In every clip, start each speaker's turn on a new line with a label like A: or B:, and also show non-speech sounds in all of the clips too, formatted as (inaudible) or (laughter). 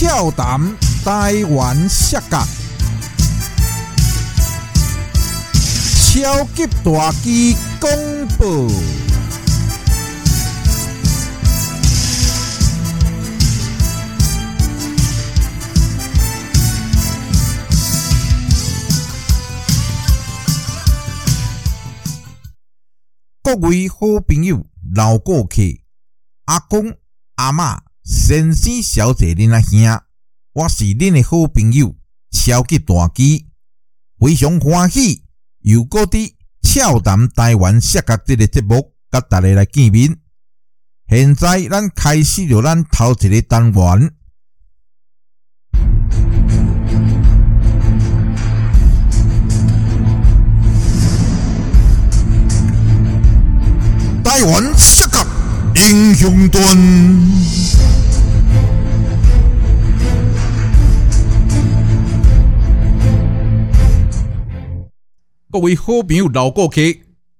A: 斗胆大玩摔角，超级大机公布，各位好朋友、老顾客、阿公、阿嬷、先生、小姐、恁阿兄，我是恁的好朋友超级大鸡，非常欢喜又搁伫俏谈台湾视角这个节目，甲大家来见面。现在咱开始着咱头一个单元。台湾视角英雄传。各位好朋友、老顾客，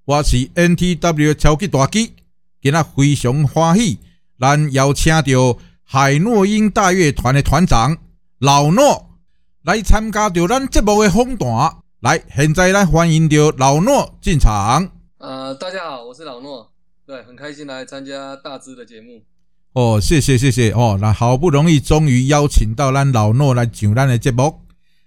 A: 我是 NTW 超级大鸡，今仔非常欢喜，咱邀请到海诺因大乐团的团长老诺来参加到咱节目的访谈。来，现在咱欢迎到老诺进场。
B: 呃，大家好，我是老诺，对，很开心来参加大资的节目。
A: 哦，谢谢谢谢哦，那好不容易终于邀请到咱老诺来上咱的节目，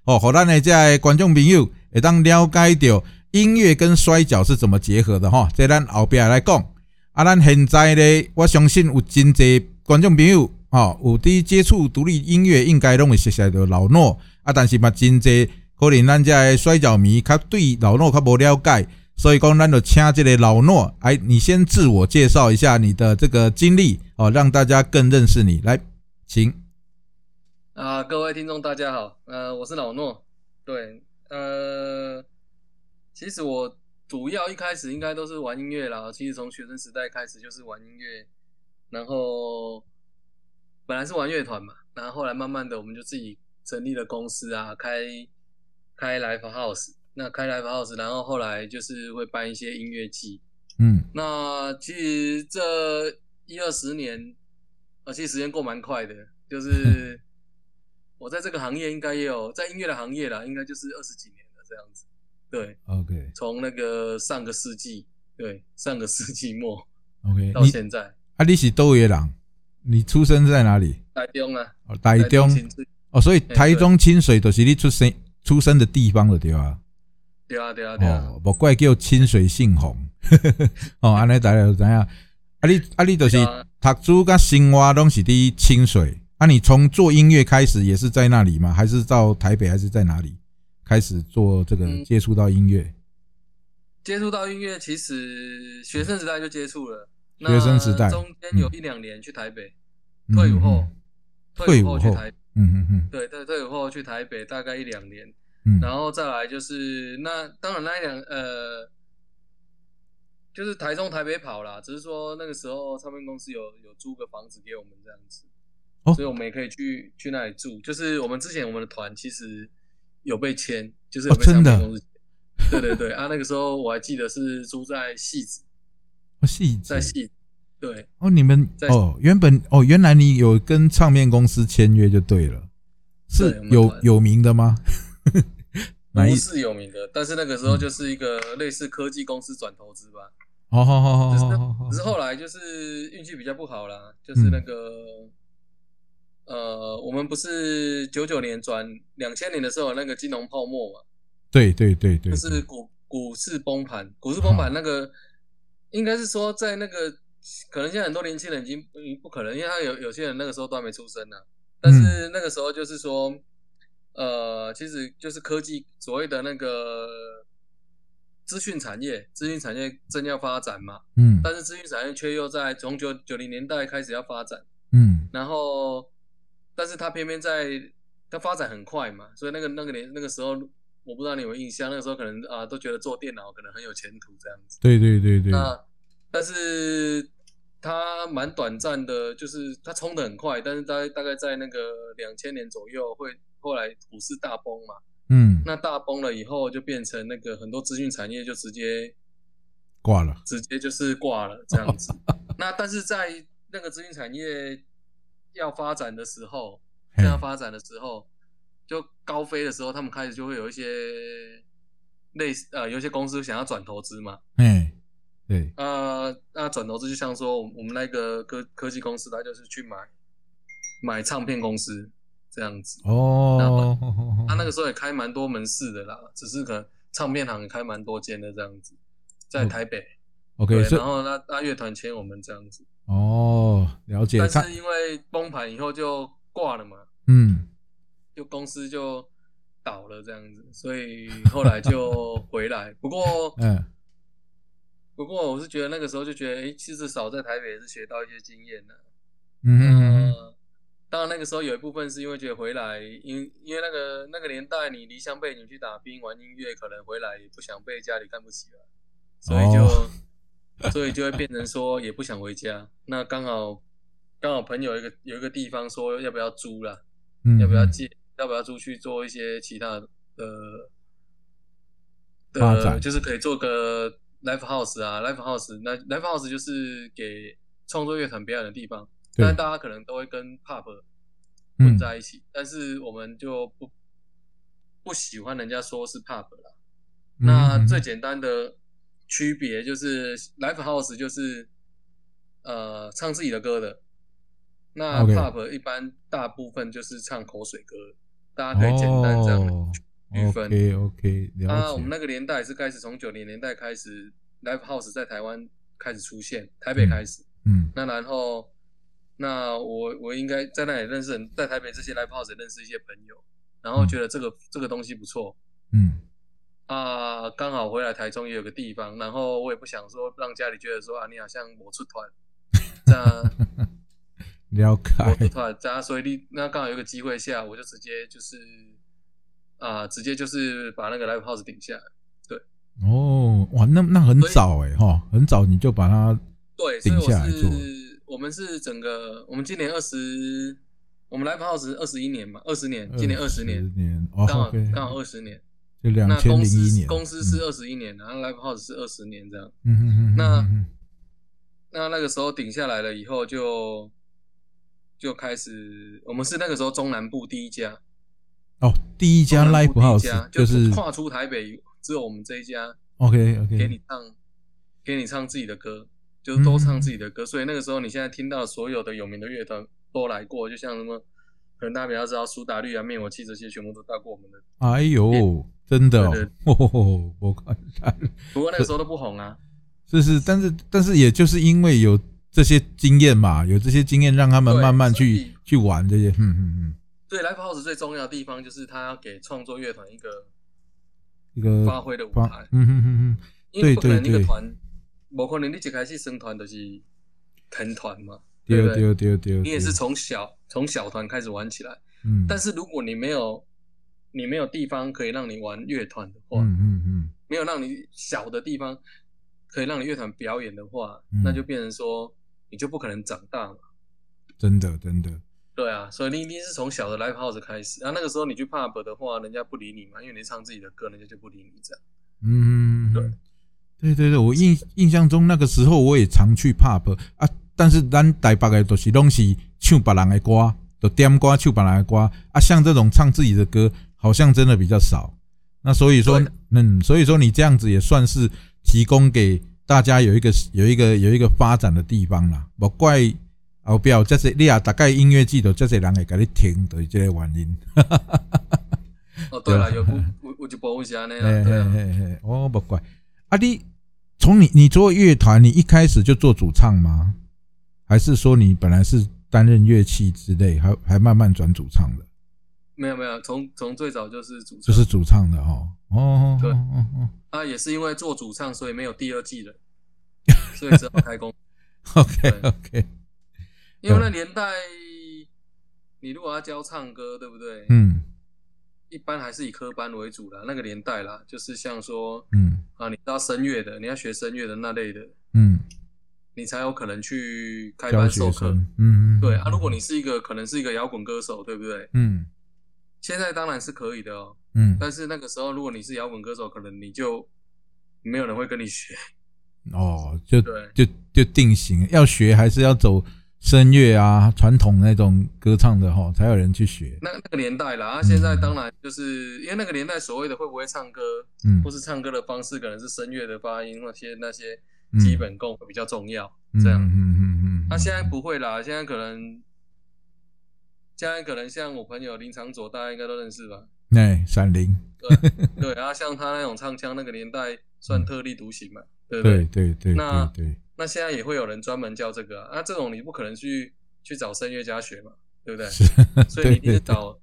A: 哦，和咱的这些观众朋友会当了解到音乐跟摔跤是怎么结合的哈、这咱后壁来讲。啊，咱现在呢，我相信有真侪观众朋友哦，有伫接触独立音乐，应该拢会熟悉到老诺啊，但是嘛真侪可能咱这些摔跤迷较对老诺较无了解。所以讲，咱就请这个老诺，哎，你先自我介绍一下你的这个经历哦，让大家更认识你。来，请。
B: 啊、各位听众大家好，呃，我是老诺，对，呃，其实我主要一开始应该都是玩音乐啦，其实从学生时代开始就是玩音乐，然后本来是玩乐团嘛，然后后来慢慢的我们就自己成立了公司啊，开开 live house，那开 live house，然后后来就是会办一些音乐季，
A: 嗯
B: 那其实这一二十年，呃，其实时间过蛮快的，就是
A: (laughs)
B: 我在这个行业应该也有在音乐的行业啦，应该就是二十几年了这样子。对，
A: ，OK
B: 从那个上个世纪，对，上个世纪末
A: OK，
B: 到
A: (laughs) 你
B: 现在，
A: 啊，你是都位的人？你出生在哪里？
B: 台中啊，
A: 哦，台中
B: 新竹
A: 哦，所以
B: 对
A: 台中清水就是你出生出生的地方了，对吧？
B: 对啊，对啊，对啊，
A: 哦，无怪叫清水姓洪。 (laughs) 哦，安尼大家就知影。啊你啊你就是
B: 对啊
A: 读书跟生活拢是伫清水。啊，你从做音乐开始也是在那里吗？还是到台北，还是在哪里开始做这个
B: 嗯
A: 接触到音乐？
B: 接触到音乐其实学生时代就接触了，
A: 学生时代
B: 那中间有
A: 嗯
B: 一两年去台北，
A: 嗯
B: 退伍后，
A: 退
B: 退
A: 伍
B: 伍
A: 后
B: 后去台，
A: 嗯嗯嗯
B: 对，退退伍后去台北大概一两年。
A: 嗯，
B: 然后再来就是那当然那一两呃，就是台中、台北跑啦，只是说那个时候唱片公司有有租个房子给我们这样子，
A: 哦
B: 所以我们也可以去去那里住。就是我们之前我们的团其实有被签，就是有被
A: 哦真
B: 唱
A: 的
B: 片公司签。对对对啊，那个时候我还记得是住在戏子，
A: 哦戏子
B: 在戏子对
A: 哦，你们
B: 在
A: 哦，原本哦，原来你有跟唱片公司签约就对了，
B: 对
A: 是
B: 我们
A: 有
B: 团
A: 有名的吗？哪一
B: 不？是有名的，但是那个时候就是一个类似科技公司转投资吧，
A: 哦，好好好
B: 只是
A: 好好好
B: 只是后来就是运气比较不好啦，就是
A: 嗯
B: 那个、呃，我们不是九九年转两千年的时候有那个金融泡沫嘛，
A: 对对对对，
B: 就是股股市崩盘，股市崩盘那个、应该是说在那个可能现在很多年轻人已经嗯不可能，因为他有有些人那个时候都还没出生呢、
A: 嗯
B: 但是那个时候就是说，呃，其实就是科技所谓的那个资讯产业，资讯产业正要发展嘛，
A: 嗯
B: 但是资讯产业却又在从九九零年代开始要发展，
A: 嗯
B: 然后，但是它偏偏在它发展很快嘛，所以那个那个年那个时候，我不知道你有没有印象，那个时候可能啊都觉得做电脑可能很有前途这样子，
A: 对对对对，
B: 那但是它蛮短暂的，就是它冲的很快，但是大概大概在那个两千年左右会后来股市大崩嘛，
A: 嗯
B: 那大崩了以后就变成那个很多资讯产业就直接
A: 挂了，
B: 直接就是挂了这样子。那但是在那个资讯产业要发展的时候，
A: 嘿
B: 这样发展的时候，就高飞的时候，他们开始就会有一些类似呃，有一些公司想要转投资嘛。
A: 哎，对，
B: 啊，那转投资就像说，我们那个科科技公司，它就是去买买唱片公司这样子。
A: 哦，
B: 他那个时候也开蛮多门市的啦，只是可能唱片行也开蛮多间的这样子，在台北。
A: 哦 OK，所以
B: 然后那那乐团签我们这样子，
A: 哦，了解，
B: 但
A: 看，
B: 是因为崩盘以后就挂了嘛，
A: 嗯，
B: 就公司就倒了这样子，所以后
A: (laughs)
B: 来就回来。不过，
A: 嗯，
B: 不过我是觉得那个时候就觉得，哎、其实少在台北也是学到一些经验的、
A: 嗯嗯嗯
B: 呃，当然那个时候有一部分是因为觉得回来，因因为那个那个年代你离乡背井去打拼玩音乐，可能回来也不想被家里看不起了，所以就、
A: 哦
B: 所以就会变成说也不想回家。那刚好刚好朋友有一个有一个地方说要不要租啦，
A: 嗯，
B: 要不要借，要不要出去做一些其他的呃
A: 发展
B: 的，就是可以做个 live house 啊，live house 那 live house 就是给创作乐团表演的地方，
A: 对
B: 但大家可能都会跟 pub
A: 嗯
B: 混在一起，但是我们就不不喜欢人家说是 pub 啦。
A: 嗯
B: 那最
A: 嗯
B: 简单的区别就是 live house 就是呃唱自己的歌的，那
A: OK
B: pub 一般大部分就是唱口水歌，大家可以简单这样。
A: 哦
B: 区分
A: OK OK，了
B: 啊，
A: 解。
B: 我们那个年代也是开始从九零年代开始，live house 在台湾开始出现，台北开始。
A: 嗯
B: 那然后，那我我应该在那里认识很，在台北这些 live house 也认识一些朋友，然后觉得这个、这个东西不错，
A: 嗯
B: 啊，刚好回来台中也有个地方，然后我也不想说让家里觉得说啊，你好像我
A: (laughs)
B: 出团，这样
A: 了
B: 我出
A: 解。
B: 团这样，所以你那刚好有个机会下，我就直接就是啊，直接就是把那个 live house 顶下来。
A: 哦，哇，那那很早哎哈，很早你就把它
B: 对，所以
A: 顶
B: 我
A: 下来做
B: 是我们是整个我们今年二十，我们 live house 二十一年嘛，二十年，今年二十年，
A: 年，哦
B: 刚好
A: OK，
B: 刚好二十年。
A: 就两
B: 那
A: 千
B: 公
A: 零一
B: 司
A: 年，
B: 公司是二十一年，然后 live house 是二十年这样。
A: 嗯嗯嗯，
B: 那
A: 嗯
B: 那那个时候顶下来了以后就，就开始，我们是那个时候中南部第一家，
A: 哦，第一家
B: 中南
A: Live
B: 部第一家
A: House 是嗯
B: 跨出台北，只有我们这一家
A: OK OK，
B: 给你唱，给你唱自己的歌，就是
A: 嗯
B: 都唱自己的歌。所以那个时候你现在听到所有的有名的乐团都来过，就像什么，可能大家比较知道苏打绿啊、灭火器这些，全部都到过我们的。
A: 哎呦，真的
B: 对
A: 哦，哦我看看，
B: 不过那个时候都不红啊，
A: 是是，但是但是也就是因为有这些经验嘛，有这些经验让他们
B: 对
A: 慢慢
B: 所
A: 去
B: 以
A: 去玩这些，嗯嗯嗯，
B: 对 live house 最重要的地方就是它要给创作乐团一个
A: 一个
B: 发挥的舞
A: 方
B: 台。
A: 嗯嗯嗯
B: 因为不可能
A: 对对
B: 一个
A: 对
B: 团，无可能你一开始生团就是成团嘛，
A: 嗯，
B: 对不
A: 丢
B: 对？
A: 丢丢丢，
B: 你也是从小从小团开始玩起来，
A: 嗯，
B: 但是如果你没有你没有地方可以让你玩乐团的话，
A: 嗯嗯嗯
B: 没有让你小的地方可以让你乐团表演的话，
A: 嗯
B: 那就变成说你就不可能长大嘛。
A: 嗯，真的真的，
B: 对啊，所以你一定是从小的 live house 开始，然、啊后那个时候你去 pub 的话，人家不理你嘛，因为你唱自己的歌，人家就不理你这样。
A: 嗯，
B: 对
A: 对对对，我印印象中那个时候我也常去 pub 啊，但是咱台北的都是拢是唱别人的歌，都点歌唱别人的歌啊，像这种唱自己的歌，好像真的比较少。那所以说
B: 对，
A: 嗯，所以说你这样子也算是提供给大家有一个有一个有一个发展的地方啦。无怪后壁有这些你啊，大概音乐季都这些人会给你听，就是这个原因。
B: 哦，对了，
A: 对
B: 有不我我就不问一下那
A: 嘿
B: 样，对
A: 嘿
B: 啊。
A: 嘿嘿，哦，不怪。啊，你从你你做乐团，你一开始就做主唱吗？还是说你本来是担任乐器之类，还还慢慢转主唱的？
B: 没有没有，从从最早就是主
A: 就
B: 唱，
A: 是主唱的哦。哦，
B: 对
A: 哦哦哦
B: 啊，也是因为做主唱，所以没有第二季
A: (laughs)
B: 了，所以只好开工。
A: ，OK
B: 对
A: OK，
B: 因为
A: 嗯
B: 那年代，你如果要教唱歌，对不对？，
A: 嗯
B: 一般还是以科班为主啦。那个年代啦，就是像说
A: 嗯
B: 啊，你知道声乐的，你要学声乐的那类的，
A: 嗯，
B: 你才有可能去开
A: 教
B: 班
A: 学
B: 授
A: 生
B: 课。，
A: 嗯嗯，
B: 对啊，如果你是一个可能是一个摇滚歌手，对不对？
A: 嗯
B: 现在当然是可以的哦，
A: 嗯
B: 但是那个时候如果你是摇滚歌手，可能你就没有人会跟你学。
A: 哦，就
B: 对
A: 就就定型，要学还是要走声乐啊、传统那种歌唱的哈、才有人去学。
B: 那那个年代啦，啊，现在当然就是因为那个年代所谓的会不会唱歌，
A: 嗯
B: 或是唱歌的方式，可能是声乐的发音那些那些
A: 嗯
B: 基本功会比较重要。
A: 嗯
B: 这样
A: 嗯嗯嗯嗯。
B: 那、现在不会啦，现在可能，现在可能像我朋友林长佐，大家应该都认识吧？
A: 哎，闪灵，
B: 对对，然后像他那种唱腔，那个年代算特立独行嘛，对不
A: 对对对
B: 那
A: 对对，
B: 那现在也会有人专门教这个啊，那这种你不可能去去找声乐家学嘛，对不对？
A: 是，
B: 所以你
A: 对
B: 一定
A: 对
B: 是
A: 对，
B: 找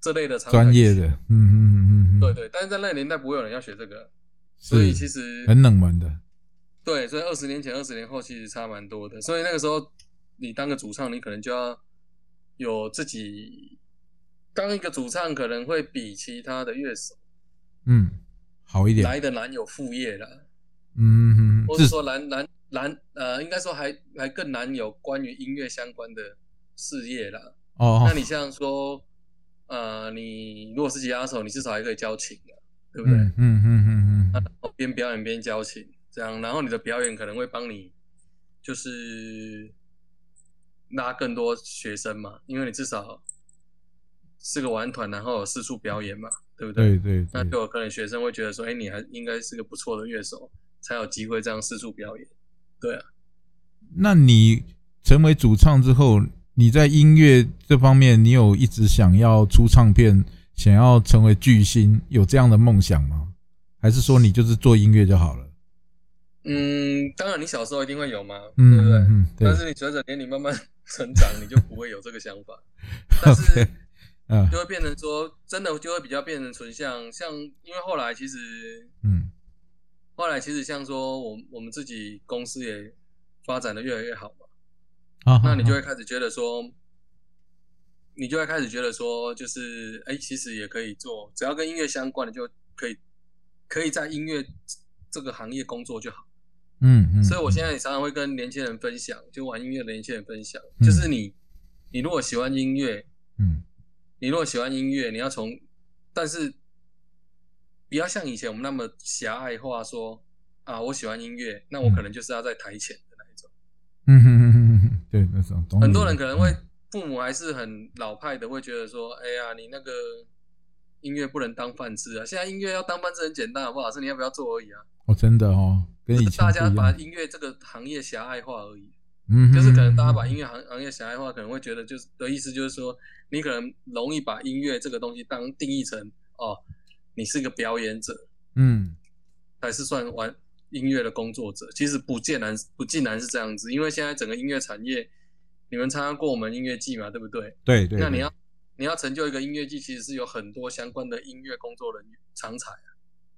B: 这类的常
A: 专业的
B: 的，，
A: 嗯嗯嗯嗯，
B: 对
A: 嗯，
B: 对。但是在那个年代不会有人要学这个，所以其
A: 是
B: 实
A: 很冷门的，
B: 对，所以二十年前、二十年后其实差蛮多的。所以那个时候，你当个主唱，你可能就要有自己当一个主唱，可能会比其他的乐手
A: 嗯，好一点，
B: 来的难有副业啦，
A: 嗯嗯嗯，
B: 或者
A: 至
B: 说难难难呃，应该说还还更难有关于音乐相关的事业啦。
A: 哦，
B: 那
A: 哦
B: 你像说，呃，你如果是吉他手，你至少还可以教琴啊，对不对？
A: 嗯嗯嗯嗯嗯嗯，
B: 哦 (laughs) 边表演边交情，这样，然后你的表演可能会帮你，就是拉更多学生嘛，因为你至少是个玩团，然后有四处表演嘛，对不
A: 对对
B: 那
A: 对，
B: 就有可能学生会觉得说，哎，你还应该是个不错的乐手，才有机会这样四处表演。对啊，
A: 那你成为主唱之后，你在音乐这方面，你有一直想要出唱片，想要成为巨星，有这样的梦想吗？还是说你就是做音乐就好了？
B: 嗯，当然你小时候一定会有嘛，
A: 嗯
B: 对不对？
A: 嗯，对
B: 但，是你随着年龄慢 (laughs) 慢成长，你就不会有这个想法，
A: (laughs)
B: 但是
A: OK，嗯
B: 就会变成说，真的就会比较变成纯像像，因为后来其实
A: 嗯
B: 后来其实像说我我们自己公司也发展的越来越好嘛，
A: 啊，
B: 那你就
A: 啊
B: 会开始觉得说，你就会开始觉得说，就是哎，其实也可以做，只要跟音乐相关的就可以，可以在音乐这个行业工作就好。
A: 嗯嗯，
B: 所以我现在也常常会跟年轻人分享，就玩音乐的年轻人分享，
A: 嗯
B: 就是你你如果喜欢音乐，
A: 嗯
B: 你如果喜欢音乐，你要从，但是不要像以前我们那么狭隘化说啊，我喜欢音乐，那我可能就是要在台前的那一种。
A: 嗯嗯嗯嗯，对，那种懂你
B: 很多人可能会父母还是很老派的，会觉得说，哎呀，你那个音乐不能当饭吃啊。现在音乐要当饭吃很简单，好不好？是你要不要做而已啊。
A: 哦，真的哦，跟以前
B: 大家
A: 不一
B: 把
A: 样，
B: 音乐这个行业狭隘化而已。
A: 嗯，
B: 就是可能大家把音乐行行业狭隘化，可能会觉得就是的意思就是说，你可能容易把音乐这个东西当定义成哦，你是一个表演者
A: 嗯
B: 才是算玩音乐的工作者，其实不尽然不尽然是这样子，因为现在整个音乐产业，你们参加过我们音乐季嘛，对不对？
A: 对对，
B: 那你
A: 对
B: 要你要成就一个音乐季，其实是有很多相关的音乐工作人员常才。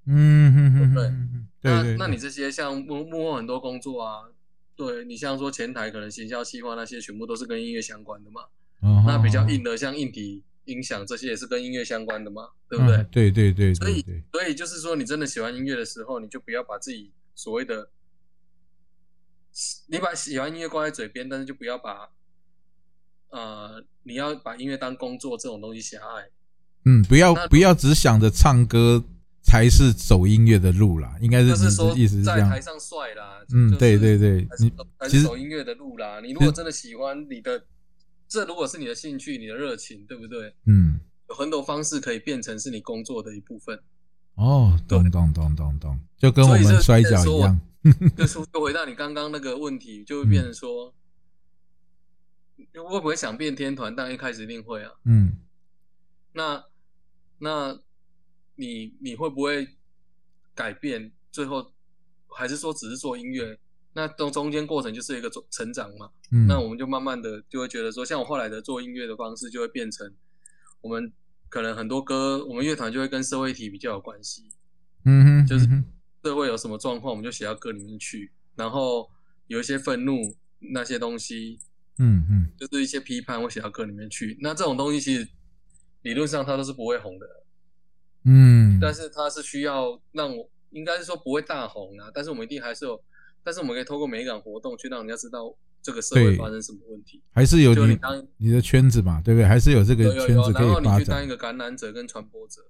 A: 嗯嗯嗯
B: 对
A: 嗯，对对，
B: 那那你这些像幕幕后很多工作啊，对你像说前台可能行销企划那些，全部都是跟音乐相关的嘛。
A: 哦
B: 那比较硬的，像硬底音响这些也是跟音乐相关的嘛，对不对？
A: 嗯对对对，
B: 所以
A: 对对
B: 所以就是说，你真的喜欢音乐的时候，你就不要把自己所谓的，你把喜欢音乐挂在嘴边，但是就不要把，呃，你要把音乐当工作这种东西狭隘。
A: 嗯，不要
B: 那
A: 不要只想着唱歌才是走音乐的路啦，应该是
B: 就
A: 你的
B: 是说
A: 意思，是这
B: 在
A: 样
B: 台。上帅啦，
A: 嗯
B: 就是
A: 对对对
B: 还
A: 你
B: 是走还
A: 其
B: 是
A: 实
B: 走音乐的路啦。你如果真的喜欢你的，这如果是你的兴趣、你的热情，对不对？
A: 嗯，
B: 有很多方式可以变成是你工作的一部分。
A: 哦，懂
B: 对
A: 懂懂懂懂，就跟我
B: 所以
A: 们
B: 这
A: 摔跤一
B: 说
A: 样。
B: 就是就回到你刚刚那个问题，就会变成说，你会不会想变天团？当然一开始一定会啊。
A: 嗯
B: 那那你你会不会改变？最后还是说只是做音乐？那中中间过程就是一个走成长嘛。
A: 嗯，
B: 那我们就慢慢的就会觉得说，像我后来的做音乐的方式，就会变成我们可能很多歌，我们乐团就会跟社会体比较有关系。
A: 嗯哼，
B: 就是
A: 嗯哼
B: 社会有什么状况，我们就写到歌里面去。然后有一些愤怒那些东西，
A: 嗯嗯
B: 就是一些批判，我写到歌里面去。那这种东西其实理论上它都是不会红的，
A: 嗯，
B: 但是它是需要让我，应该是说不会大红啊。但是我们一定还是有，但是我们可以透过每一场活动去让人家知道这个社
A: 对
B: 会发生什么问题。
A: 还是有
B: 就你
A: 你
B: 当
A: 你的圈子嘛，对不对？还是有这
B: 有
A: 个
B: 有
A: 圈
B: 有，
A: 子可
B: 然后
A: 以
B: 你
A: 发
B: 去当
A: 展
B: 一。个感染者跟传播者，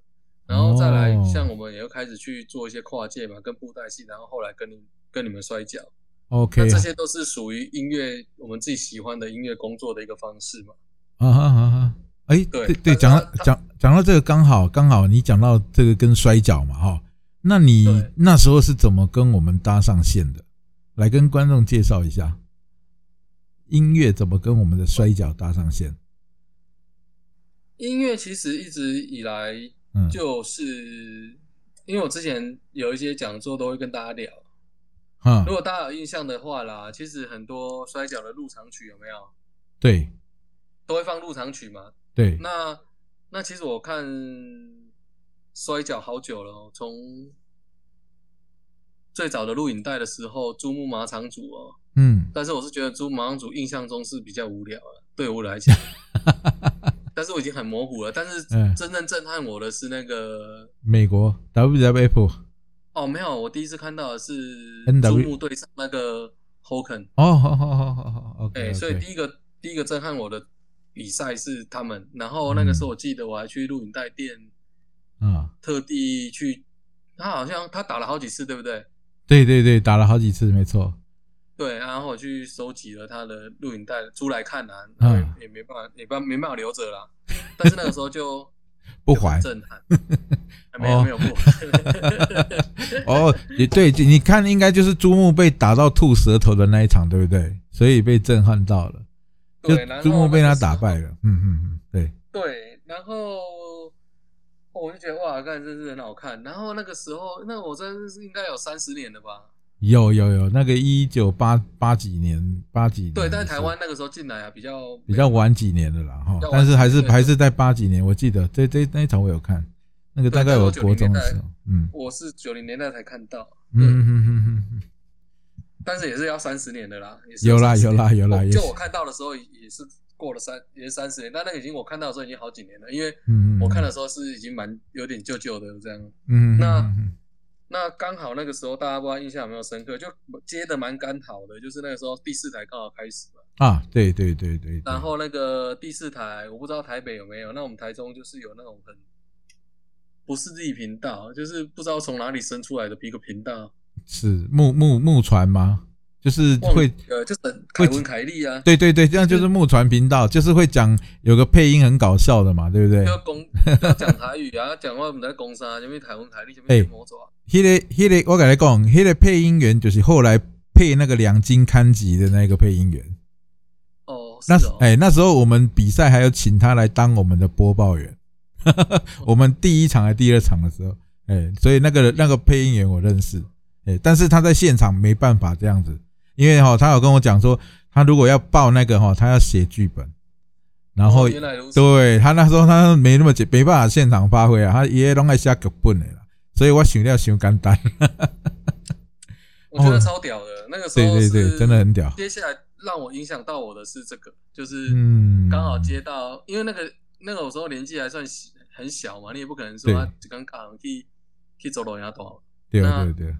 B: 然后再来
A: 哦
B: 像我们也又开始去做一些跨界嘛，跟布袋戏，然后后来跟你跟你们摔跤。
A: OK，
B: 那这些都是属于音乐我们自己喜欢的音乐工作的一个方式嘛。
A: 啊哈啊哈，哎，
B: 对
A: 对对，
B: 但
A: 讲
B: 是
A: 到
B: 他
A: 讲讲到这个刚好刚好你讲到这个跟摔跤嘛哈、那你
B: 对
A: 那时候是怎么跟我们搭上线的？来跟观众介绍一下音乐怎么跟我们的摔跤搭上线？
B: 音乐其实一直以来
A: 嗯，
B: 就是，因为我之前有一些讲座都会跟大家聊，
A: 哈
B: 如，果大家有印象的话啦，其实很多摔角的入场曲有没有
A: 对
B: 都会放入场曲嘛？
A: 对，
B: 那那其实我看摔角好久了哦，从最早的录影带的时候，珠穆马场组哦，
A: 嗯，
B: 但是我是觉得珠穆马场组印象中是比较无聊的，对我
A: (laughs)
B: 来讲，但是我已经很模糊了。但是
A: 嗯
B: 真正震撼我的是那个
A: 美国 WWF
B: 哦，没有，我第一次看到的是
A: NW
B: 珠穆对上那个 Hogan，
A: 哦，好好好好好，OK，嗯
B: 哎、所以第一个第一个震撼我的比赛是他们，然后
A: 嗯
B: 那个时候我记得我还去录影带店
A: 啊，
B: 特地去，他好像他打了好几次，对不对？
A: 对对对，打了好几次，没错，
B: 对，然后我去收集了他的录影带出来看啊，
A: 嗯
B: 然后也也没办法，也办没办法留着啦。但是那个时候就
A: 不
B: 就很
A: 还。
B: 震
A: (laughs)
B: 撼，哎没有
A: 哦
B: 没有不还，
A: 哦，也对，你看应该就是朱木被打到吐舌头的那一场，对不对？所以被震撼到了， (laughs) 就
B: 对，然后
A: 朱木被
B: 那
A: 他
B: 个时
A: 打
B: 候
A: 败了。嗯嗯嗯，对，
B: 对，然后哦我就觉得哇，干真是很好看。然后那个时候，那我真是应该有三十年了吧？
A: 有有有，那个一九八八几年八几年的时候，
B: 对，但是台湾那个时候进来啊，比较
A: (laughs) 比较晚几年的啦哈
B: 比较，晚
A: 但是还是
B: 对
A: 还是在八几年，我记得这这那一场我有看，那个大概我国中的时候，嗯
B: 我是九零年代才看到，
A: 嗯
B: 对，
A: 嗯嗯嗯嗯，
B: 但是也是要三十年的啦，也是
A: 有啦
B: 30
A: 有啦
B: 年
A: 有啦
B: 我
A: 也
B: 就是我看到的时候也是过了三也是三十年，但那个已经我看到的时候已经好几年了，因为
A: 嗯嗯，
B: 我看的时候是已经蛮有点旧旧的这样。
A: 嗯，嗯，
B: 那
A: 嗯嗯
B: 那刚好那个时候大家不知道印象有没有深刻，就接的蛮刚好的，就是那个时候第四台刚好开始嘛。
A: 啊，对对对对，对
B: 然后那个第四台，我不知道台北有没有，那我们台中就是有那种很不是自己频道，就是不知道从哪里生出来的一个频道，
A: 是木木木船吗？就是
B: 忘
A: 会
B: 呃就是凯文凯利啊，
A: (laughs) 对对对，这样就是木船频道，就是会讲有个配音很搞笑的嘛，对不对
B: 就？要攻就要讲台语啊，讲话我们在攻杀，因为凯文凯利前
A: 哎
B: 面变魔爪，
A: 迄、个迄、个，我跟你讲，迄、个配音员就是后来配那个两金刊集的那个配音员。
B: 哦是
A: 那
B: 哦，
A: 哎、那时候我们比赛还有请他来当我们的播报员， (laughs) 我们第一场还第二场的时候，哎、所以那个那个配音员我认识，哎、但是他在现场没办法这样子，因为哈、他有跟我讲说，他如果要报那个哈、他要写剧本，然后、
B: 哦原来如此，
A: 对他那时候他没那么解，没办法现场发挥啊，
B: 嗯
A: 他爷爷拢爱写剧本的啦，所以我想了想简单，
B: 我觉
A: 哦
B: 得超屌的，那个时
A: 对
B: 候
A: 对
B: 是
A: 对，真的很屌，
B: 接下来让我影响到我的是这个，就是
A: 嗯，
B: 刚好接到，因为那个那个我时候年纪还算小很小嘛，你也不可能说
A: 对
B: 啊只刚刚去去走老牙岛。
A: 对
B: 那
A: 对对，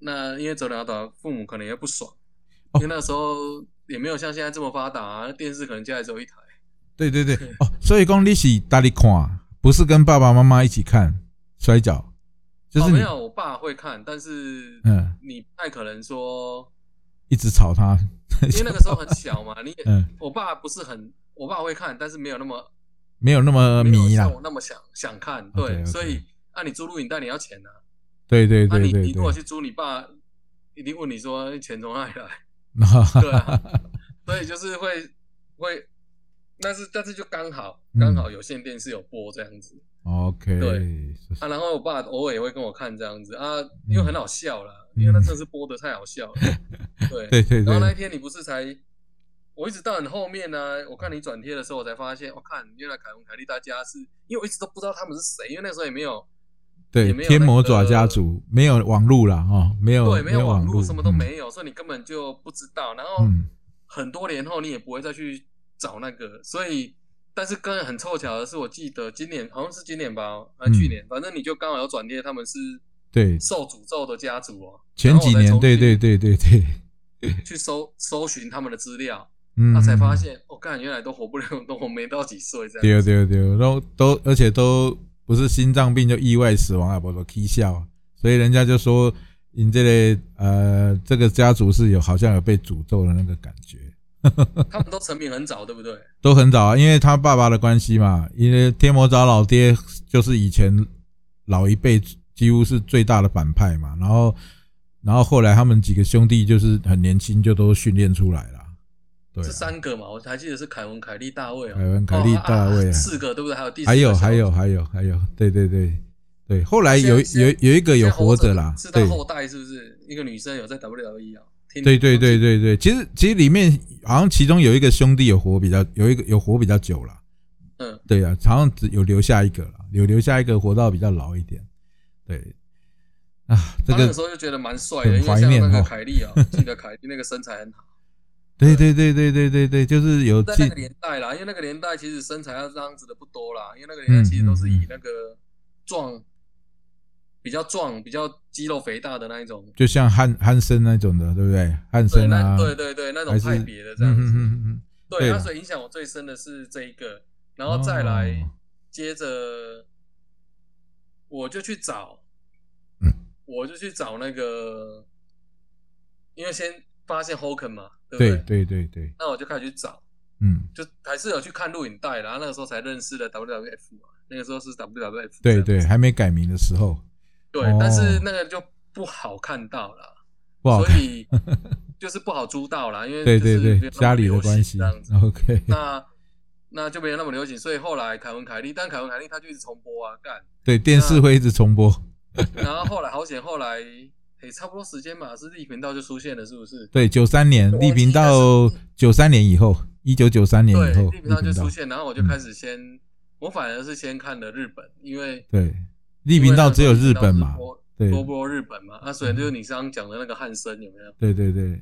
B: 那因为走两岛，父母可能也不爽，
A: 哦
B: 因为那时候也没有像现在这么发达、啊，电视可能家里只有一台。
A: 对对对，哦，所以讲你是哪里看，不是跟爸爸妈妈一起看摔跤，就是
B: 哦、没
A: 你、
B: 有，我爸会看，但是
A: 嗯
B: 你不太可能说，
A: 一直吵他，
B: 因为那个时候很小嘛，你也
A: (laughs) 嗯，
B: 我爸不是很，我爸会看，但是没有那么
A: 没有那么
B: 没有
A: 迷啦
B: 像，我那么想想看，对
A: OK，OK
B: 所以啊，你租录影带你要钱啊，
A: 对对
B: 啊
A: 对
B: 你
A: 对
B: 你如
A: (laughs)
B: 果
A: 对，
B: 去租，你爸一定问你说哎钱从哪里来，
A: 哈哈
B: 对啊，所以就是会会，但是但是就刚好
A: 嗯
B: 刚好有线电视有播这样子。
A: ，OK，
B: 对啊，然后我爸偶尔也会跟我看这样子啊，
A: 嗯
B: 因为很好笑啦，因为他真的是播的太好笑
A: (laughs)
B: 了。对，
A: 对对
B: 然后那一
A: 对，
B: 天你不是才，我一直到很后面呢、我看你转贴的时候，我才发现，我、看原来凯文凯利大家是，因为我一直都不知道他们是谁，因为那时候也没有，
A: 对
B: 也没有
A: 天
B: 那
A: 魔
B: 个
A: 爪家族没有网路啦，哦，没有
B: 对，没有
A: 网
B: 网络，什么都
A: 嗯
B: 没有，所以你根本就不知道。然后
A: 嗯
B: 很多年后，你也不会再去找那个，所以。但是跟很凑巧的是，我记得今年好像是今年吧，呃，
A: 嗯
B: 去年，反正你就刚好有转贴，他们是
A: 对，
B: 受诅咒的家族哦。
A: 前
B: 然后我
A: 几
B: 再
A: 年，
B: 重
A: 对
B: 新
A: 对对对对，
B: 去搜搜寻他们的资料，
A: 嗯，
B: 他才发
A: 嗯，
B: 现，我、哦、干原来都活不了， (laughs) 都活没到几岁这样。
A: 对啊对嗯对，然后都而且都不是心脏病就意外死亡啊，不是 K 笑啊，所以人家就说你这个呃，这个家族是有好像有被诅咒的那个感觉，
B: (laughs) 他们都成名很早，对不对？
A: 都很早啊，因为他爸爸的关系嘛，因为天魔找老爹就是以前老一辈几乎是最大的反派嘛，然后然后后来他们几个兄弟就是很年轻就都训练出来了，对啊、
B: 是三个嘛？我还记得是凯文、凯利、大卫哦，
A: 凯文凯利
B: 哦啊啊
A: 大卫啊
B: 四个对不对？还有第四个
A: 还有
B: 小
A: 还有还有还有，对对对对，后来有
B: 现在
A: 有有一个有
B: 现在
A: 活着啦，
B: 是
A: 对
B: 他后代是不是？一个女生有在 WWE 啊？听
A: 对对对对对，其实其实里面好像其中有一个兄弟有活比较有一个有活比较久了，
B: 嗯，
A: 对啊，好像只有留下一个了，有留下一个活到比较老一点，对啊，这
B: 他那
A: 个
B: 个时候就觉得蛮帅
A: 很
B: 的，因为
A: 怀
B: 像
A: 念
B: 那个
A: 哦
B: 凯利
A: (laughs)
B: 啊，记得凯利那个身材很好，
A: 对对对对对对对，就是有
B: 在
A: 自
B: 那个年代啦，因为那个年代其实身材要这样子的不多啦，因为那个年代其实都
A: 嗯
B: 是以那个壮、比较壮、比较肌肉肥大的那一种，
A: 就像汉汉森那种的，对不对？汉
B: 对
A: 森
B: 那
A: 啊，
B: 对对对那
A: 还
B: 种
A: 是
B: 派别的
A: 嗯
B: 这样
A: 嗯
B: 子。
A: 嗯嗯，对
B: 对，
A: 啦
B: 那所以影响我最深的是这一个，然后再来、
A: 哦
B: 接着，我就去找，
A: 嗯
B: 我就去找那个，因为先发现 Hoken 嘛，对不
A: 对对对对，
B: 那我就开始去找，
A: 嗯，
B: 就还是有去看录影带啦，然后那个时候才认识了 WWF 嘛，那个时候是 WWF，
A: 对
B: 这
A: 对，
B: 样子
A: 还没改名的时候
B: 对，
A: 哦
B: 但是那个就不好看到啦，
A: 不好
B: 所
A: 看，
B: 以
A: (laughs)
B: 就是不好租到啦，因为
A: 对
B: 就
A: 对
B: 是没
A: 对，
B: 有那么
A: 家里的
B: 流行
A: 关系
B: 这样子。
A: ，OK，
B: 那那就没有那么流行，所以后来凯文凯利，但凯文凯利他就一直重播啊，
A: (laughs)
B: 干。
A: 对，电视会一直重播，
B: 然后后来好险，后来也差不多时间吧，是立频道就出现了，是不是？
A: 对，九三年
B: 我
A: 立频
B: 记得
A: 道
B: 是
A: 九三年以后，一九九三年
B: 对
A: 以嗯后，，
B: 立
A: 立
B: 频道就
A: 频道嗯
B: 出，现，然后我就开始先，我反而是先看了日本，因为
A: 对，立频
B: 啊
A: 道只有日本嘛，对嗯
B: 多播日本嘛，啊，所以就是你刚刚讲的那个汉森有没有？
A: 对对对，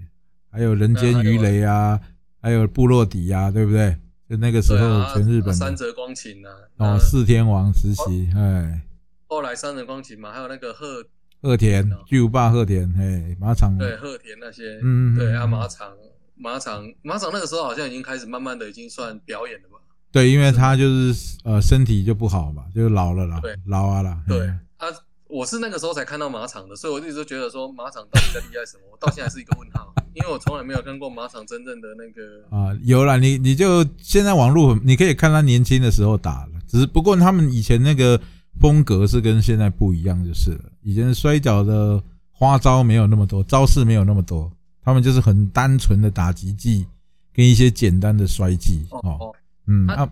A: 还有人间
B: 那还有
A: 鱼雷啊，还有部落底啊，对不对？就那个时
B: 对
A: 候
B: 啊，
A: 全日本
B: 三哦
A: 的
B: 泽光琴啊，
A: 哦，
B: 那
A: 四天王时期，哎，
B: 后来三泽光琴嘛，还有那个鹤，
A: 鹤田
B: 哦
A: 巨无霸鹤田，哎，马场
B: 对鹤田那些，
A: 嗯嗯嗯
B: 对啊，
A: 嗯
B: 马场马场马场那个时候好像已经开始慢慢的已经算表演了吧？
A: 对，因为他就是呃身体就不好嘛，就老了啦
B: 对，
A: 老啊啦，
B: 对
A: 嗯
B: 啊，我是那个时候才看到马场的，所以我一直都觉得说马场到底在厉害什么，我到现在是一个问号，因为我从来没有看过马场真正的那个。
A: 啊、有啦，你你就现在网络你可以看他年轻的时候打了，只是不过他们以前那个风格是跟现在不一样就是了。以前摔跤的花招没有那么多，招式没有那么多，他们就是很单纯的打击技跟一些简单的摔技
B: 哦
A: 哦。
B: 哦，
A: 嗯
B: 啊
A: 啊，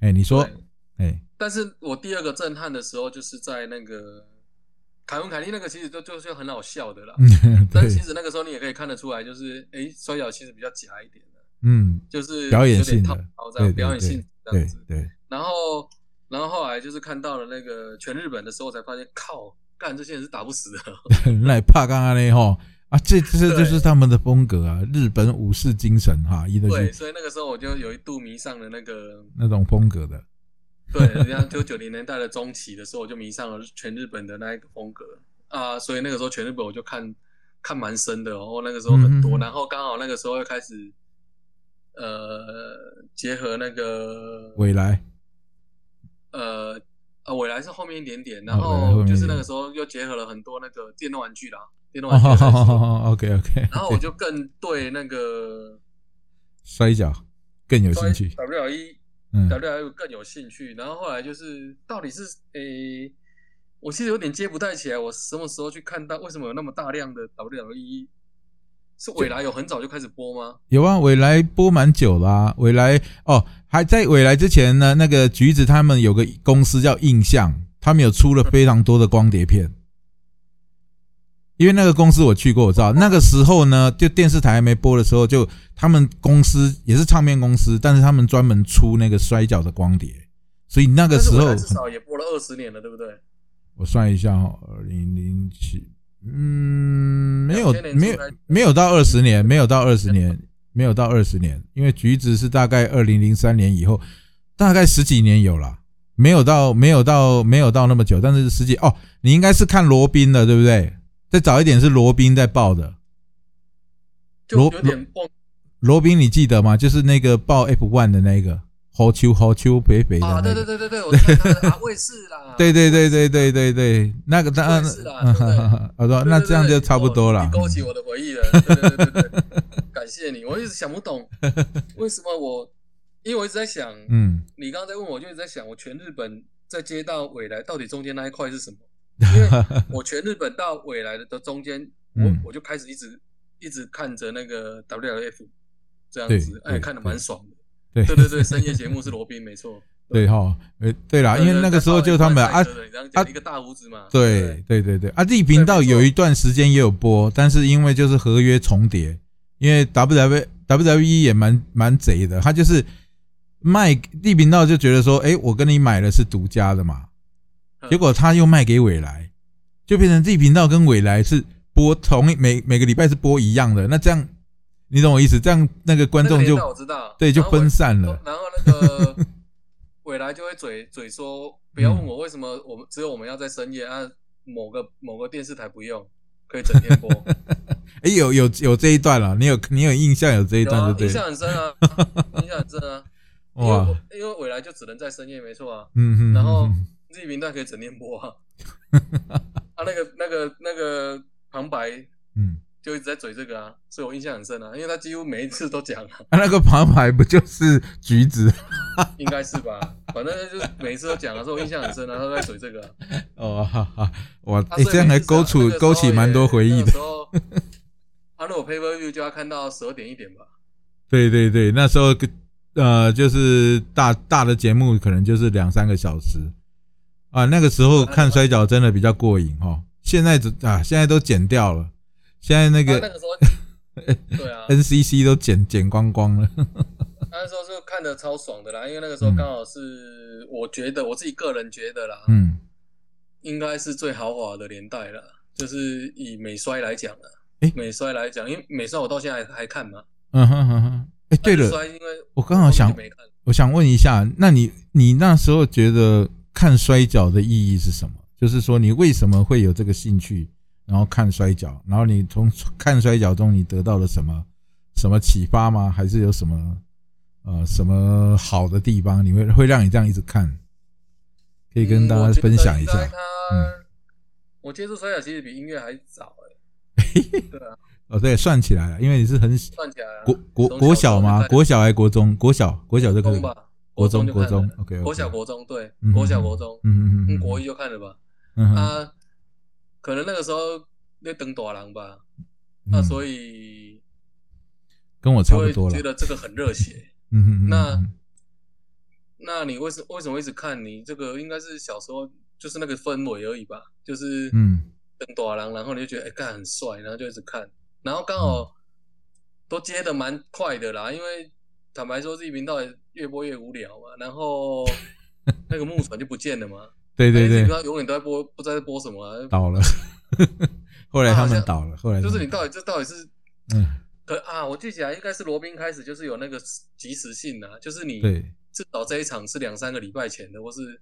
A: 哎、你说
B: 对
A: 哎、
B: 但是我第二个震撼的时候，就是在那个凯文凯利那个，其实就就是很好笑的啦。
A: 嗯，
B: 啊
A: (laughs)
B: 但
A: 对
B: 是，其实那个时候你也可以看得出来，就是诶，摔跤其实比较假一点的，
A: 嗯，
B: 就是
A: 表演
B: 有点
A: 性的
B: 套招这
A: 对对
B: 样，表演性质这
A: 对
B: 样子。
A: 对，
B: 然后，然后后来就是看到了那个全日本的时候，才发现靠，干这些人是打不死的。 (laughs)
A: (laughs) 那怕刚刚嘞吼啊，这这
B: 对
A: 就是他们的风格啊，日本武士精神哈，一的
B: 对，
A: 是
B: 所以那个时候我就有一度迷上了那个，
A: 那种风格的。
B: (laughs) 对，人家就九零年代的中期的时候，我就迷上了全日本的那一个风格啊，所以那个时候全日本我就看看蛮深的、哦，然后那个时候很
A: 嗯嗯
B: 多，
A: 嗯
B: 然后刚好那个时候又开始呃结合那个
A: 未来，
B: 呃呃未来是后面一点点，
A: 哦
B: 然
A: 未来后面
B: 后
A: 一
B: 就是
A: 点
B: 那个时候又结合了很多那个电动玩具啦，电动
A: 哦 (laughs)
B: 玩具的东西，
A: ，OK OK，
B: 然后我就更对那个
A: 摔跤更有兴趣，
B: W E
A: 嗯
B: W F 更有兴趣，然后后来就是到底是诶、我其实有点接不太起来，我什么时候去看到为什么有那么大量的 W E？是未来有很早就开始播吗？
A: 有啊，未来播蛮久啦、未来哦，还在未来之前呢，那个橘子他们有个公司叫印象，他们有出了非常多的光碟片。因为那个公司我去过，我知道那个时候呢，就电视台还没播的时候，就他们公司也是唱片公司，但是他们专门出那个摔跤的光碟，所以那个
B: 但
A: 时
B: 是未
A: 候
B: 来
A: 很
B: 至少也播了二十年了，对不对？
A: 我算一下哈、哦，二零零七，嗯，没有
B: 2000年
A: 没有
B: 出来
A: 没有到二十年，没有到二十年，没有到二十年，因为橘子是大概二零零三年以后，大概十几年有了，没有到没有到没有到那么久，但是十几哦，你应该是看罗宾的对不对？再早一点是罗宾在报的，
B: 就
A: 罗
B: 有点忘，
A: 罗宾你记得吗？就是那个报 F one 的那个，好秋好秋北北的、那
B: 啊，
A: 个
B: 对对对对对，我看他的啊卫视啦，
A: (laughs) 对对对对对对对，那个当然
B: 我也是啦对不
A: (laughs)
B: 对，
A: 我说
B: 对，
A: 那
B: 对
A: 这样
B: 对
A: 就差不多
B: 哦
A: 了
B: 你。勾起我的回忆了，对对对对对，感谢你，我一直想
A: (laughs)
B: 不懂为什么我，因为我一直在想，
A: 嗯，
B: 你刚刚在问我，我就一直在想，我全日本在接到未来到底中间那一块是什么？因为我全日本到未来的的中间，
A: 嗯
B: 我我就开始一直一直看着那个 WLF 这样子
A: 对，
B: 哎，
A: 对
B: 看的蛮爽的。
A: 对
B: 对对对，深夜节目是罗宾，没错。
A: 对哈，呃，对啦，因为那个时候就他们啊，
B: 对对对这样一个大胡子嘛。
A: 对对对对啊，D 频道
B: 没错
A: 有一段时间也有播，但是因为就是合约重叠，因为 W WWE 也蛮蛮贼的，他就是卖 D 频道就觉得说，哎，我跟你买的是独家的嘛，
B: 对，
A: 结果他又卖给未来，就变成 D 频道跟未来是播同一每每个礼拜是播一样的，那这样你懂我意思？这样那个观
B: 那个
A: 众
B: 年
A: 就
B: 代我知道，
A: 对就
B: 然后我
A: 分散了。
B: 然后那个
A: (laughs)
B: 未来就会嘴嘴说，不要
A: 嗯
B: 问我为什么我们只有我们要在深夜啊，某个某个电视台不用，可以整天播。
A: 哎、有有有这一段了，你有你有印象有 (laughs) 这一
B: 有
A: 段
B: 啊
A: 就，对
B: 印
A: 了
B: 象很深啊，印象很深啊。因为
A: (laughs) 哇，
B: 我因为未来就只能在深夜，没错啊。
A: 嗯嗯，
B: 然后
A: 嗯
B: 自己频道可以整天播
A: (laughs)
B: 啊。啊，那个那个那个旁白
A: 嗯，
B: 就一直在嘴这个啊，所以我印象很深啊，因为他几乎每一次都讲啊，
A: 啊那个旁白不就是橘子
B: 应该是吧？反正就是每一次都讲啊，所以我印象很深啊，他都在嘴这个啊。
A: 哦，哈哈，哇，
B: 啊
A: 哎、
B: 所以
A: 这样还
B: 每次
A: 勾
B: 啊
A: 出
B: 那个时候
A: 勾起
B: 也
A: 蛮多回忆
B: 那个
A: 的，
B: 时候他如果 pay per view 就要看到十二点一点吧。
A: 对对对，那时候呃就是大大的节目可能就是两三个小时啊，那个时候看摔跤真的比较过瘾哦，现在只啊现在都剪掉了，现在那
B: 他
A: 个哎
B: 啊那个时
A: (laughs)
B: 候，对啊，
A: NCC 都剪剪光光了，
B: 他那时候是看的超爽的啦，因为那个时候
A: 嗯
B: 刚好是我觉得我自己个人觉得啦，
A: 嗯。
B: 应该是最豪华的年代了，就是以美衰来讲了
A: 诶。
B: 美衰来讲，因为美衰我到现在还还看嘛。
A: 嗯哼哼哼，哎，对
B: 美
A: 了，
B: 衰因为
A: 我刚好想
B: 后面就没看，
A: 我想问一下，那你你那时候觉得看摔跤的意义是什么？就是说你为什么会有这个兴趣，然后看摔跤，然后你从看摔跤中你得到了什么什么启发吗？还是有什么呃什么好的地方，你会会让你这样一直看？可以跟大家分享一下
B: 嗯我觉得应该他
A: 嗯
B: 我接触摔角其实比音乐还早哎、对啊，
A: 哦，对，算起来了，因为你是很
B: 算起来啊
A: 国国
B: 从
A: 国
B: 时候
A: 小
B: 就
A: 吗？
B: 在
A: 国小还是国中？国小国小就开
B: 国
A: 始
B: 中，吧，
A: 国中
B: 就看了
A: 国中，OK，OK
B: 国小国中对
A: 嗯，
B: 国小国中，
A: 嗯嗯嗯
B: 嗯，
A: 嗯，
B: 国一就看了吧。
A: 嗯哼
B: 啊，可能那个时候在等大郎吧，
A: 嗯
B: 那所以
A: 跟我差
B: 就
A: 不
B: 会
A: 多了
B: 觉，得这个很热血。
A: 嗯哼嗯，
B: 那
A: 嗯
B: 那你为什为什么一直看你这个？应该是小时候就是那个氛围而已吧，就是
A: 嗯
B: 等大郎，然后你就觉得哎干、很帅，然后就一直看，然后刚
A: 嗯
B: 好都接的蛮快的啦，因为坦白说自己频道也越播越无聊嘛，然后那个木船就不见了嘛，
A: 对对
B: 哎你
A: 对
B: 不知，道永远都在播，不知道在播什么、啊。
A: 倒了， (laughs) 后来他们倒了，后来他
B: 就
A: 们
B: 是你到底这到底是
A: 嗯，
B: 可啊？我记起来应该是罗宾开始就是有那个及时性啊，就是你
A: 对
B: 至少这一场是两三个礼拜前的，或是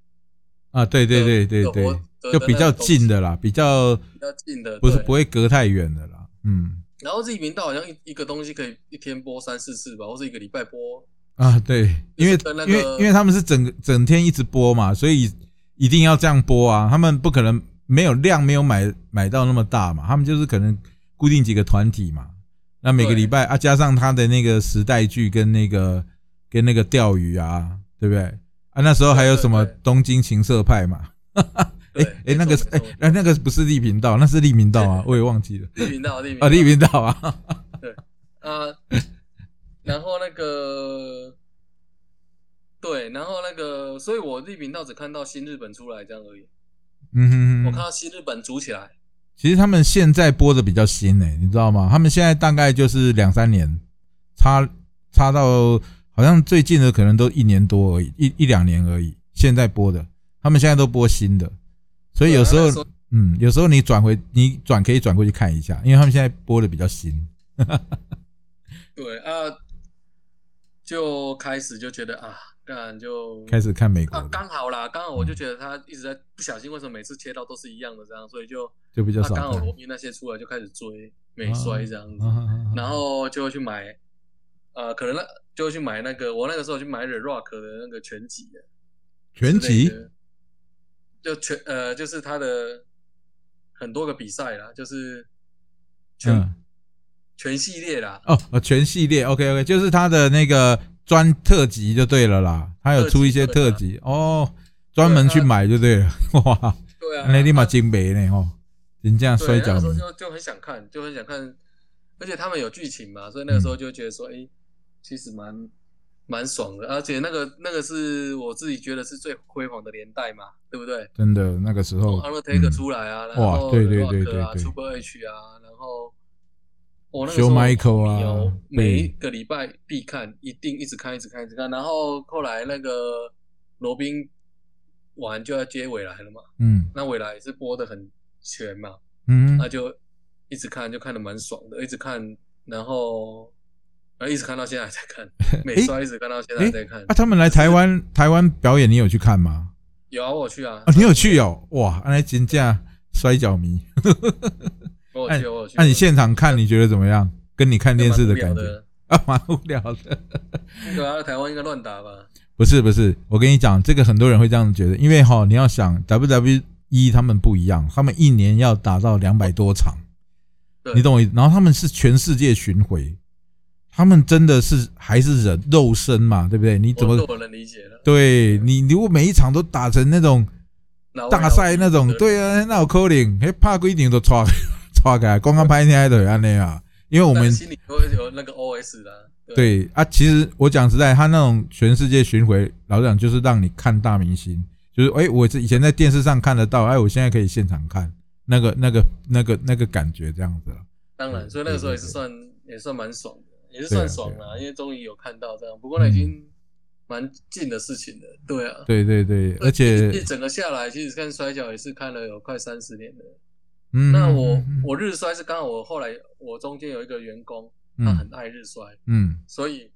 A: 啊，对对对对
B: 有
A: 对
B: 我，得
A: 就
B: 的
A: 比
B: 那
A: 较
B: 个东
A: 近
B: 西
A: 的啦，比较
B: 比较近的，
A: 不是
B: 对
A: 不会隔太远的啦，嗯
B: 然后自己频道好像一一个东西可以一天播三四次吧，或是一个礼拜播。
A: 啊，对，因为
B: 跟那
A: 因为
B: 个
A: 因为他们是整个整天一直播嘛，所以一定要这样播啊，他们不可能没有量没有买买到那么大嘛，他们就是可能固定几个团体嘛，那每个
B: 对
A: 礼拜啊，加上他的那个时代剧跟那个跟那个钓鱼啊，对不对？啊，那时候还有
B: 对对
A: 什么
B: 对
A: 东京情色派嘛？哎
B: 对
A: 哎、那个是哎
B: 没错没错，
A: 那、那个不是立频道，那是立频道啊，我也忘记了
B: 自己频道，自己频道
A: 啊，立频道啊，
B: 啊，然后那个对，然后那个，所以我自己频道只看到新日本出来这样而已。
A: 嗯
B: 我
A: 哼
B: 看
A: 哼。
B: 到新日本组起来，
A: 其实他们现在播的比较新诶、欸你知道吗？他们现在大概就是两三年，差差到好像最近的可能都一年多而已，一一两年而已。现在播的，他们现在都播新的，所以有时
B: 对啊
A: 候
B: 那时候
A: 嗯，有时候你转回你转可以转过去看一下，因为他们现在播的比较新。
B: 对啊，就开始就觉得啊，干就
A: 开始看美国
B: 啊，
A: 的
B: 刚好啦，刚好我就觉得他一直在不小心，为什么每次切到都是一样的这样，所以就
A: 就比较
B: 啊，
A: 少
B: 刚好
A: 看啊
B: 罗宾那些出来就开始追美衰这样子，
A: 啊啊啊啊
B: 然后就会去买呃，可能那就会去买那个，我那个时候去买了 Rock 的那个全集的
A: 拳击
B: 之类的就全呃就是他的很多个比赛啦，就是全、
A: 嗯
B: 全系列啦，
A: 哦，呃全系列 OK OK，就是他的那个专特辑就对了啦，他有出一些特
B: 特
A: 辑哦，专门去
B: 对啊
A: 买就对了，哇，
B: 对啊，
A: 那立马
B: 啊
A: 金杯呢哦，人 (laughs) 家
B: 对
A: 摔跤
B: 那
A: 迷
B: 个时候就就很想看，就很想看，而且他们有剧情嘛，所以
A: 嗯
B: 那个时候就觉得说，哎、其实蛮蛮爽的，而且那个那个是我自己觉得是最辉煌的年代嘛，对不对？
A: 真的那个时候
B: 从 Undertaker
A: 嗯
B: 出来啊，然
A: 哇
B: 后
A: 对对
B: Rock
A: 对对
B: 啊
A: 对
B: ，Triple H 啊，然后我那个时
A: Shawn
B: 候
A: Michael 啊
B: 有每
A: 对
B: 一个礼拜必看，一定一直看，一直看，一直看。然后后来那个罗宾完就要接尾来了嘛，
A: 嗯
B: 那尾来也是播的很全嘛，
A: 嗯
B: 那就一直看，就看的蛮爽的，一直看，然后然后一直看到现在还在
A: (laughs)
B: 看，每刷一直看到现在还在看
A: 啊，。他们来台湾台湾表演，你有去看吗？
B: 有啊，我去啊
A: 啊，，你有去哦，哇，那金价摔跤迷，啊
B: 我有去，我有去。
A: 哎 (laughs) 那你现场看你觉得怎么样？跟你看电视的感
B: 蛮无聊
A: 觉
B: 的，
A: (laughs) 啊，蛮无聊的。
B: 对啊，台湾应该乱打吧？
A: 不是不是，我跟你讲，这个很多人会这样觉得，因为哈、你要想 WWE 他们不一样，他们一年要打到两百多场，
B: 对
A: 你懂我意思？然后他们是全世界巡回，他们真的是还是人肉身嘛，对不对？你怎
B: 我
A: 么
B: 这我能理解了。
A: 对你如果每一场都打成那种
B: 老外
A: 大赛那种，，对啊，那有可能，那怕规定都 (laughs) 错错开，光刚拍天还得安尼啊，因为我
B: 我
A: 们
B: 心里都会有那个 OS 啦。，
A: 对啊，其实我讲实在，他那种全世界巡回，老实讲就是让你看大明星，就是哎、我是以前在电视上看得到，哎，我现在可以现场看，那个、那个、那个、那个感觉这样子了。
B: 当然，所以那个时候也是算也算蛮爽的，也是
A: 对啊
B: 算爽啦，因为终于有看到这样。不过那已经蛮近的事情了，对啊。
A: 对对对，而且
B: 一整个下来，其实看摔跤也是看了有快三十年的。
A: 嗯，
B: 那我
A: 嗯
B: 我日摔是刚好我后来我中间有一个员工，他
A: 嗯
B: 很爱日摔，
A: 嗯
B: 所以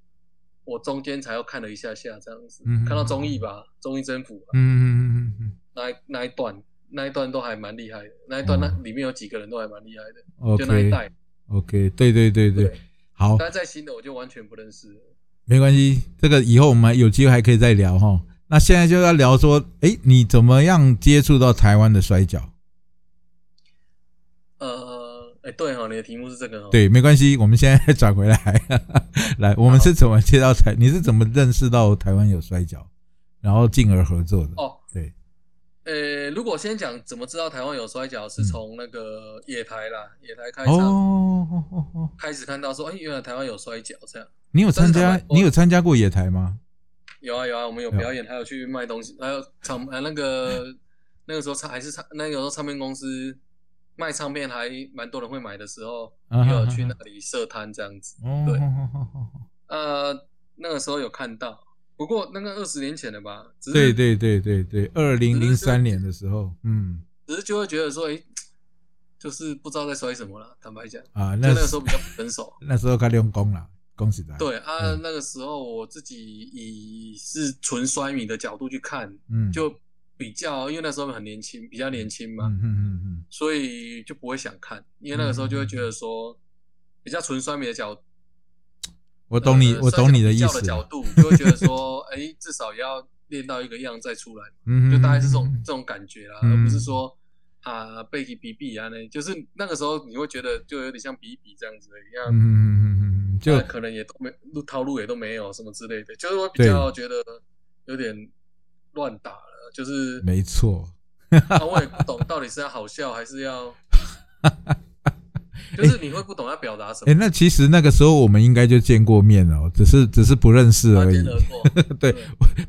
B: 我中间才又看了一下下这样子
A: 嗯，
B: 看到综艺吧，综艺征服吧
A: 嗯嗯嗯嗯
B: 啊那一那一段那一段都还蛮厉害的，那一段那
A: 哦
B: 里面有几个人都还蛮厉害的，就那一
A: ，OK
B: 代。
A: OK，对对对对，
B: 对，
A: 好，
B: 但在新的我就完全不认识了。
A: 没关系，这个以后我们有机会还可以再聊哈。那现在就要聊说，哎，你怎么样接触到台湾的摔跤？
B: 呃，哎，对哈，你的题目是这个哦。，
A: 对，没关系，我们现在 (laughs) 转回来，来，我们是怎么接到台？你是怎么认识到台湾有摔跤，然后进而合作的？
B: 哦，
A: 对，
B: 呃，如果先讲怎么知道台湾有摔跤，是从那个野台啦，野台开
A: 嗯哦
B: 场
A: 哦哦哦，
B: 开始看到说，哎，原来台湾有摔跤这样。
A: 你有参
B: 但是台
A: 加
B: 湾？
A: 你有参加过野台吗？
B: 有啊有啊，我们有表演，还有去卖东西，还有唱呃那
A: (laughs)
B: 个那个时候唱还是唱那个时候唱片公司卖唱片还蛮多人会买的时候，
A: 啊
B: 也
A: 哈
B: 有
A: 哈
B: 去
A: 哈
B: 那里设摊这样子。
A: 哦，
B: 对
A: 哦哦哦哦
B: 呃，那个时候有看到，不过那个二十年前了吧？
A: (laughs)
B: 只
A: 对
B: 是，
A: 对对对对，二零零三年的时候，嗯
B: 只是就会觉得说，哎、就是不知道在摔什么了。坦白讲，就
A: 啊，那。
B: 那个时候比较不成熟
A: 那时候开用功了，恭喜他。，
B: 对啊，
A: 嗯
B: 那个时候我自己以是纯摔迷的角度去看，
A: 嗯，
B: 就比较因为那时候很年轻，比较年轻嘛，
A: 嗯嗯嗯嗯
B: 所以就不会想看，因为那个时候就会觉得说，比较纯酸民的角，
A: 我懂你，
B: 呃
A: 我懂你的意
B: 摔跤比较
A: 思，
B: 的角度，就会觉得
A: (laughs)
B: 说，哎、至少也要练到一个样再出来，
A: 嗯，
B: 就大概是这种、
A: 嗯
B: 这种感觉啦，
A: 嗯
B: 而不是说啊背一比比啊那，就是那个时候你会觉得就有点像比一比这样子的一
A: 嗯
B: 样，
A: 嗯嗯嗯嗯，就
B: 那可能也都没路套路也都没有什么之类的，就是我比较觉得有点乱打了，就是
A: 没错，
B: 那我也不懂到底是要好笑还是要，
A: (laughs)
B: 就是你会不懂要表达什
A: 哎、
B: 么，
A: 那其实那个时候我们应该就见过面了哦，只是只是不认识
B: 擦
A: 而已
B: 肩。而过。
A: (laughs)
B: 啊
A: 对，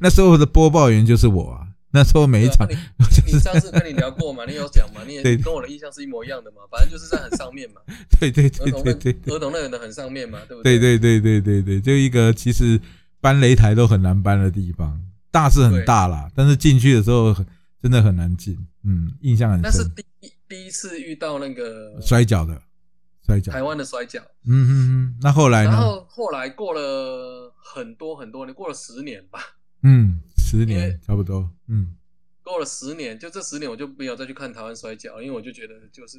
A: 那时候的播报员就是我啊，那时候每一
B: 对
A: 场
B: 啊，那你你上次跟你聊过嘛？你有讲嘛？你也
A: 对
B: 跟我的印象是一模一样的嘛？反正就是在很上面嘛，
A: 对对 (laughs)
B: 儿
A: 对
B: 童
A: 对对
B: 乐儿童乐园的很上面嘛，对不
A: 对
B: 对
A: 对对对对对，就一个其实搬擂台都很难搬的地方，大是很
B: 对
A: 大啦，但是进去的时候很真的很难进，嗯，印象
B: 那
A: 很
B: 是
A: 深。
B: 第一第一次遇到那个
A: 摔跤的，摔跤，
B: 台湾的摔跤，
A: 嗯嗯嗯，那后来
B: 然
A: 呢？
B: 后后来过了很多很多年，过了十年吧，
A: 嗯，十
B: 因
A: 年
B: 为
A: 差不多，嗯
B: 过了十年，就这十年我就没有再去看台湾摔跤，因为我就觉得就是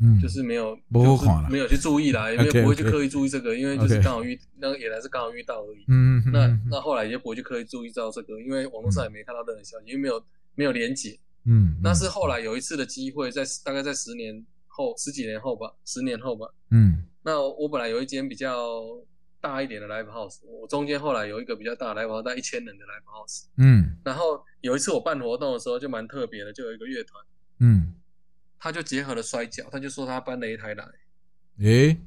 A: 嗯，
B: 就是没有
A: 不好看啦
B: 就是没有去注意啦，也没有
A: OK，OK
B: 不会去刻意注意这个，因为就是
A: OK
B: 刚好遇那个也来是刚好遇到而已。
A: 嗯嗯
B: 那
A: 嗯
B: 那后来也不会去刻意注意到这个，因为网络上也没看到任何消息，因为没有没有连接。
A: 嗯，
B: 那是后来有一次的机会，在大概在十年后、十几年后吧，十年后吧。
A: 嗯
B: 那我本来有一间比较大一点的 live house，我中间后来有一个比较大的 live house，大概一千人的 live house。
A: 嗯
B: 然后有一次我办活动的时候就蛮特别的，就有一个乐团，
A: 嗯，
B: 他就结合了摔跤，他就说他搬擂台来，
A: 诶，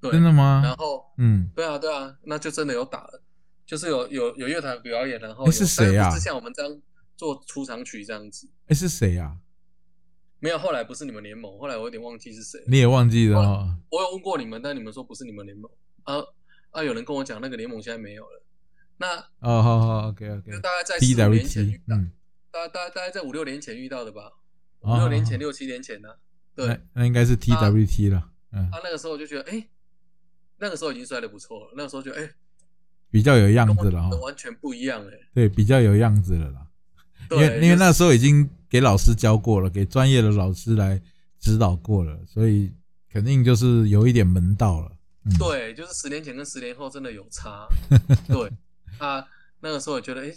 B: 对，
A: 真的
B: 然
A: 吗？
B: 后
A: 嗯
B: 对啊对啊，那就真的有打了，就是有有有乐团表演，然后
A: 诶
B: 有
A: 是谁啊
B: 但不是像我们这样做出场曲这样子，
A: 诶，哎是谁啊呀？
B: 没有。后来不是你们联盟，后来我有点忘记是谁了。
A: 你也忘记了哦？
B: 我有问过你们，但你们说不是你们联盟啊啊！有人跟我讲那个联盟现在没有了，那
A: 哦，好好，OK OK
B: 就。大概在
A: T
B: 四五
A: W
B: 年前遇
A: T，
B: 到，
A: 嗯，
B: 大大大概在五六年前遇到的吧，五
A: 哦
B: 六年前六七年前呢、啊对，啊
A: 那那应该是 T W T 了，嗯，
B: 他那个时候我就觉得，哎、那个时候已经摔得不错了，那个时候觉得，哎、
A: 比较有样
B: 跟
A: 子了哦
B: 我
A: 哈，
B: 完全不一样哎、
A: 对，比较有样子了啦。因
B: 对，
A: 为因为
B: 就是
A: 那时候已经给老师教过了，给专业的老师来指导过了，所以肯定就是有一点门道了。嗯，
B: 对，就是十年前跟十年后真的有差。
A: (laughs)
B: 对，啊，那个时候也觉得，哎、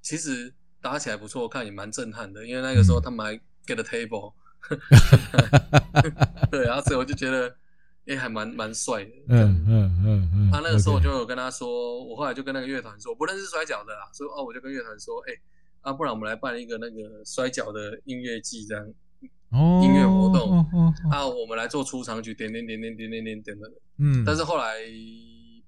B: 其实打起来不错，看也蛮震撼的，因为那个
A: 嗯
B: 时候他们还 get
A: (laughs)
B: a table，对，然后所以我就觉得，哎、还蛮蛮帅的。这样
A: 嗯嗯嗯嗯。
B: 啊，那个时候我
A: OK
B: 就有跟他说，我后来就跟那个乐团说，我不认识摔跤的啦，所以哦，我就跟乐团说，哎、啊，不然我们来办一个那个摔跤的音乐季这样，
A: 哦
B: 音乐活动
A: 哦哦哦
B: 啊，我们来做出场曲，点点点点点点点点的，
A: 嗯，
B: 但是后来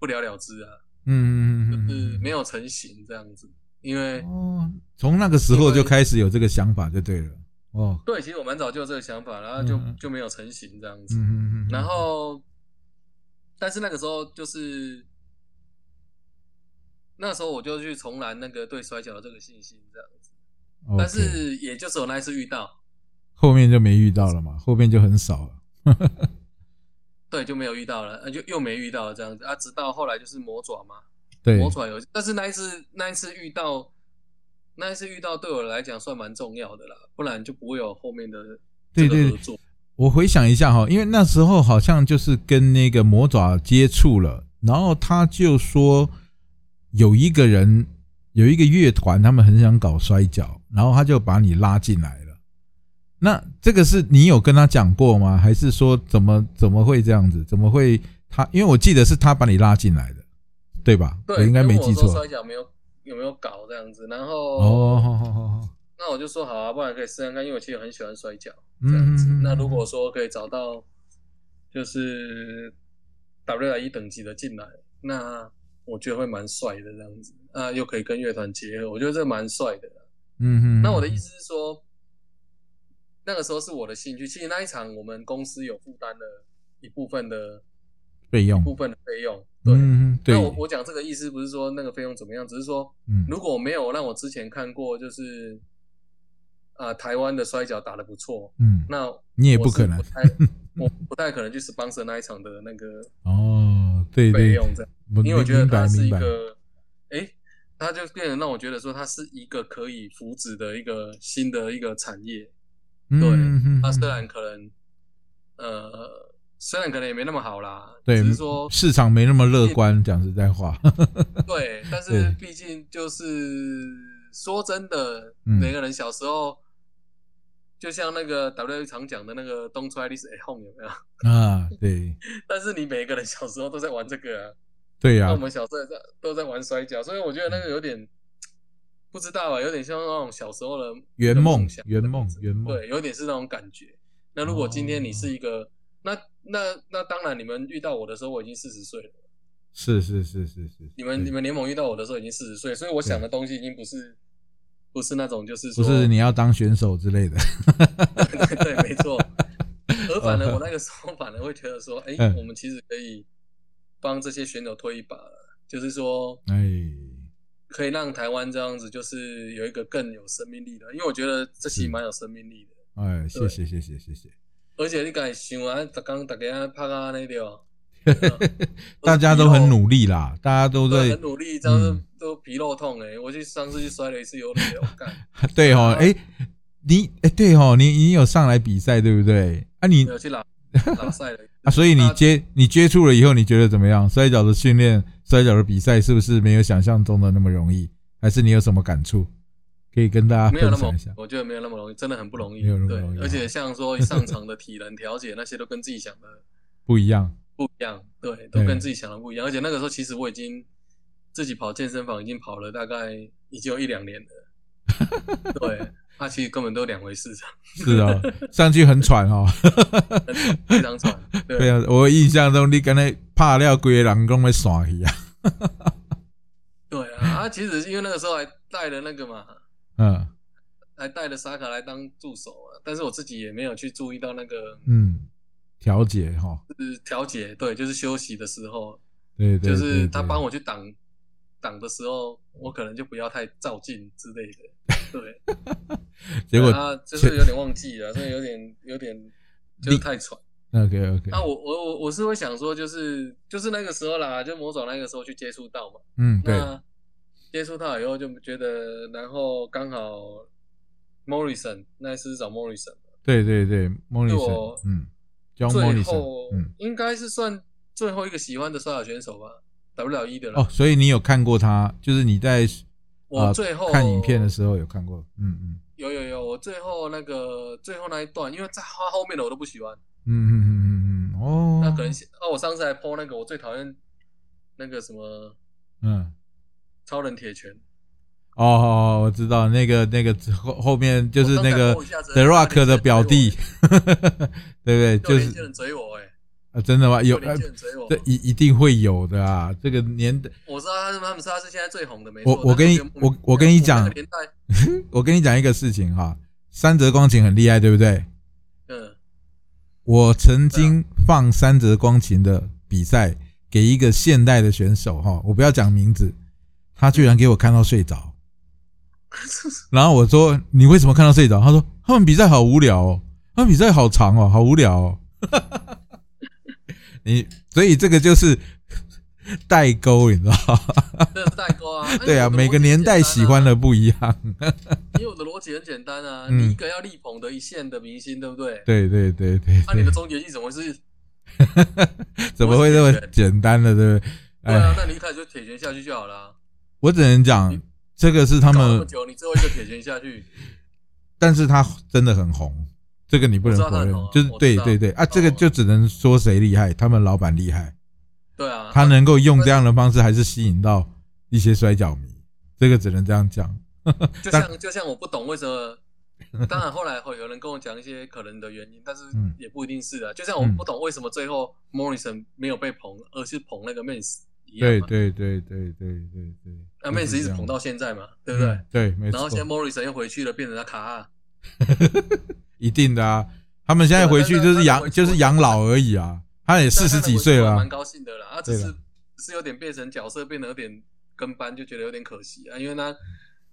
B: 不了了之啊，
A: 嗯嗯
B: 就
A: 嗯嗯
B: 是
A: 嗯
B: 没有成型这样子，因为
A: 嗯，哦，从那个时候就开始有这个想法就对了。哦，
B: 对，其实我蛮早就有这个想法，然后就
A: 嗯嗯
B: 就没有成型这样子
A: 嗯，嗯嗯，
B: 然后，但是那个时候就是那时候我就去重燃那个对摔跤的这个信心这样子，
A: OK，
B: 但是也就只有那一次遇到，
A: 后面就没遇到了嘛，后面就很少了。
B: 对，就没有遇到了，呃就又没遇到了这样子啊，直到后来就是魔爪嘛，
A: 对，
B: 魔爪有，但是那一次那一次遇到。那一次遇到对我来讲算蛮重要的啦，不然就不会有后面的这
A: 对
B: 个
A: 对
B: 合作。
A: 我回想一下哈，因为那时候好像就是跟那个魔爪接触了，然后他就说有一个人有一个乐团，他们很想搞摔跤，然后他就把你拉进来了。那这个是你有跟他讲过吗？还是说怎么怎么会这样子？怎么会他？因为我记得是他把你拉进来的，对吧？
B: 对，
A: 我应该
B: 跟
A: 没
B: 我
A: 记
B: 说
A: 错。
B: 摔跤没有有没有搞这样子，然后
A: 哦，好好好好，
B: 那我就说好啊，不然可以试试看，因为我其实很喜欢摔跤
A: 嗯
B: 这样子。
A: 嗯嗯
B: 那如果说可以找到就是 WWE 等级的进来，那我觉得会蛮帅的这样子。啊，又可以跟乐团结合，我觉得这蛮帅的。
A: 嗯嗯。
B: 那我的意，思是说，那个时候是我的兴趣。其实那一场我们公司有负担了一部分的
A: 备用
B: 一部分的费用，对。
A: 嗯嗯对，
B: 那我我讲这个意思不是说那个费用怎么样，只是说
A: 嗯
B: 如果没有让我之前看过，就是啊、呃台湾的摔跤打得不错，
A: 嗯，
B: 那
A: 你也
B: 我
A: 不
B: 是
A: 可能
B: 不太
A: (laughs)
B: 我不太可能去 sponsor 那一场的那个
A: 哦，对
B: 费
A: 对，
B: 用这样，
A: 我
B: 因为我觉得
A: 明白
B: 它是一
A: 明白。
B: 个，诶，它就变成让我觉得说它是一个可以扶植的一个新的一个产业。
A: 对嗯
B: 它、虽然可能呃虽然可能也没那么好啦，
A: 对
B: 只是说
A: 市场没那么乐观，讲实在话， (laughs)
B: 对，但
A: 对
B: 是毕竟就是说真的，
A: 嗯
B: 每个人小时候，就像那个 W 常讲的那个 “Don't try this at home” 有没有？ (laughs)
A: 啊，对
B: 但是你每个人小时候都在玩这个、啊，
A: 对呀、
B: 那我们小时候也在都在玩摔跤，所以我觉得
A: 嗯
B: 那个有点不知道啊，有点像那种小时候的
A: 圆
B: 的
A: 梦
B: 想
A: 圆梦圆梦哦
B: 对，有点是那种感觉。那如果今天你是一个，那那那当然，你们遇到我的时候我已经四十岁了。
A: 是是是是是，
B: 你们
A: 对
B: 你们联盟遇到我的时候已经四十岁，所以我想的东西已经不是不是那种就是
A: 嗯不
B: 说
A: 是你要当选手之类的，
B: (laughs) 对对没错，而反而我那个时候反而会觉得说，哎、
A: 嗯
B: 我们其实可以帮这些选手推一把了，就是说
A: 哎，
B: 可以让台湾这样子就是有一个更有生命力的，因为我觉得这戏
A: 是
B: 蛮有生命力的，
A: 哎，谢谢谢谢谢谢，
B: 而且你敢想啊，大刚大家拍啊那
A: (laughs)
B: 条，
A: 大家都很
B: 力。
A: 努力啦，大家都
B: 对，
A: 在
B: 很努力，这样子
A: 嗯
B: 欸都皮肉痛哎、我去上次去摔了一次有理，我干，
A: 对哦，
B: 然后
A: 哎，你哎、对哦，你你有上来比赛对不对？啊你，
B: 有
A: (laughs)
B: 去拉拉赛了。
A: 啊，所以你
B: 啊
A: 接你接触了以后，你觉得怎么样？摔跤的训练、摔跤的比赛是不是没有想象中的那么容易？还是你有什么感触？可以跟大家
B: 没有
A: 啊分
B: 那么
A: 享一下，。
B: 我觉得没有那么容易，真的很不容易。
A: 没有那么
B: 对
A: 容易，啊
B: 而且像说上场的体能调节那些都跟自己想的
A: 不一样，
B: 不一样，对，
A: (laughs)
B: 都
A: 对
B: 跟自己想的不一样。而且那个时候其实我已经自己跑健身房，已经跑了大概已经有一两
A: (laughs)
B: 年了。对，那其实根本都两回事，
A: (laughs) 是啊、上去很喘
B: (laughs)
A: 哦。
B: 非常惨。
A: 对
B: 对，
A: 啊，我印象中你刚才怕了规个人讲要散去啊。
B: 对啊，啊，其实因为那个时候还带了那个嘛，
A: 嗯
B: 还带了沙卡来当助手啊，但是我自己也没有去注意到那个
A: 嗯，调节哈、
B: 就是调节，对，就是休息的时候，
A: 对对对
B: 就是他
A: 对
B: 帮我去挡挡的时候，我可能就不要太照进之类的。对，
A: (laughs) 结果
B: 他就是有点忘记了，所以有点
A: (laughs)
B: 有点就是太喘。
A: OK OK，
B: 那、我我我我是会想说，就是就是那个时候啦，就魔爪那个时候去接触到嘛，
A: 嗯对，
B: 那接触到以后就觉得，然后刚好 Morrison 那一次是找 Morrison，
A: 对对对，莫里
B: 对
A: 森
B: 我，
A: 嗯，John 莫里
B: 最
A: 森
B: 后，
A: 嗯，
B: 应该是算最后一个喜欢的摔跤选手吧，WWE 的了。
A: 哦，所以你有看过他，就是你在
B: 我最后、
A: 呃、看影片的时候有看过，嗯嗯
B: 有有有，我最后那个最后那一段，因为在他后面的我都不喜欢。
A: 嗯嗯嗯嗯嗯，哦，
B: 那可能是哦，我上次还 PO 那个我最讨厌那个什么
A: 嗯。
B: 超人铁拳，
A: 哦哦，哦我知道那个那个后后面就是那个
B: 我刚才 po 一下子
A: The Rock 的表弟，对不对？
B: 就
A: 就
B: 连些
A: 是
B: 人追我哎、
A: 啊，真的吗？有
B: 就连
A: 呃
B: 些人追我
A: 这。一一定会有的啊！这个年代， (laughs)
B: 我知道他是他们是他是现在最红的，没错。
A: 我我跟你
B: 但是觉得
A: 我我跟你
B: 那
A: 讲
B: 个，年代，
A: 我跟你讲一个事情哈，三折光琴很厉害，对不对？
B: 嗯， (laughs)
A: 我曾经放三折光琴的比赛给一个现代的选手哈，我不要讲名字，他居然给我看到睡着，然后我说你为什么看到睡着？他说他们比赛好无聊哦，他们比赛好长哦，好无聊哦。 (laughs) 你所以这个就是 (laughs) 代沟，你知道
B: (laughs)
A: 吗？
B: 这是代沟
A: (laughs)
B: 啊。
A: 对啊，
B: 因为我的
A: 每个
B: 逻辑
A: 年
B: 很
A: 代
B: 简单
A: 喜
B: 啊
A: 欢的不一样。
B: 因为我的逻辑很简单啊，
A: 嗯
B: 你一个要力捧的一线的明星，对不对？。啊
A: 对对对
B: (laughs)
A: 对
B: 那、你的
A: 对，
B: 终结技怎么会是？
A: (laughs) 怎么会那么简单的？对不对？
B: 对啊
A: 哎，，
B: 那你一开始就铁拳下去就好了啊。
A: 我只能讲这个是他
B: 搞那么
A: 们，
B: 久，你最后一个铁拳下去，
A: 但是他真的很红，这个你不能
B: 我知道
A: 否
B: 他
A: 认
B: 很红啊。
A: 就是
B: 我知
A: 对
B: 道
A: 对对啊，
B: 哦
A: 这个就只能说谁厉害，他们老板厉害，
B: 对啊，
A: 他能够用这样的方式，还是吸引到一些摔跤迷，这个只能这样讲。
B: 就像就像我不懂为什
A: (laughs)
B: 么，当然后来会有人跟我讲一些可能的原因，但是
A: 嗯
B: 也不一定是啊。就像我
A: 嗯
B: 不懂为什么最后 Morrison 没有被捧，而是捧那个 Mans 一样
A: 对
B: 嘛，
A: 对对对对对对，
B: 那 Mans 一直捧到现在嘛，对不对？
A: 嗯对，没
B: 然后
A: 错
B: 现，在 Morrison 又回去了，变成了卡二，
A: 一定的啊。他们现在回去
B: 对啊
A: 就是
B: 但是
A: 养
B: 回去
A: 就是养老而已啊，他也四十几岁了
B: 但看得我蛮
A: 啊。
B: 高兴的啦。啊，只
A: 对
B: 是
A: 啦
B: 只是有点变成角色，变得有点跟班，就觉得有点可惜啊，因为他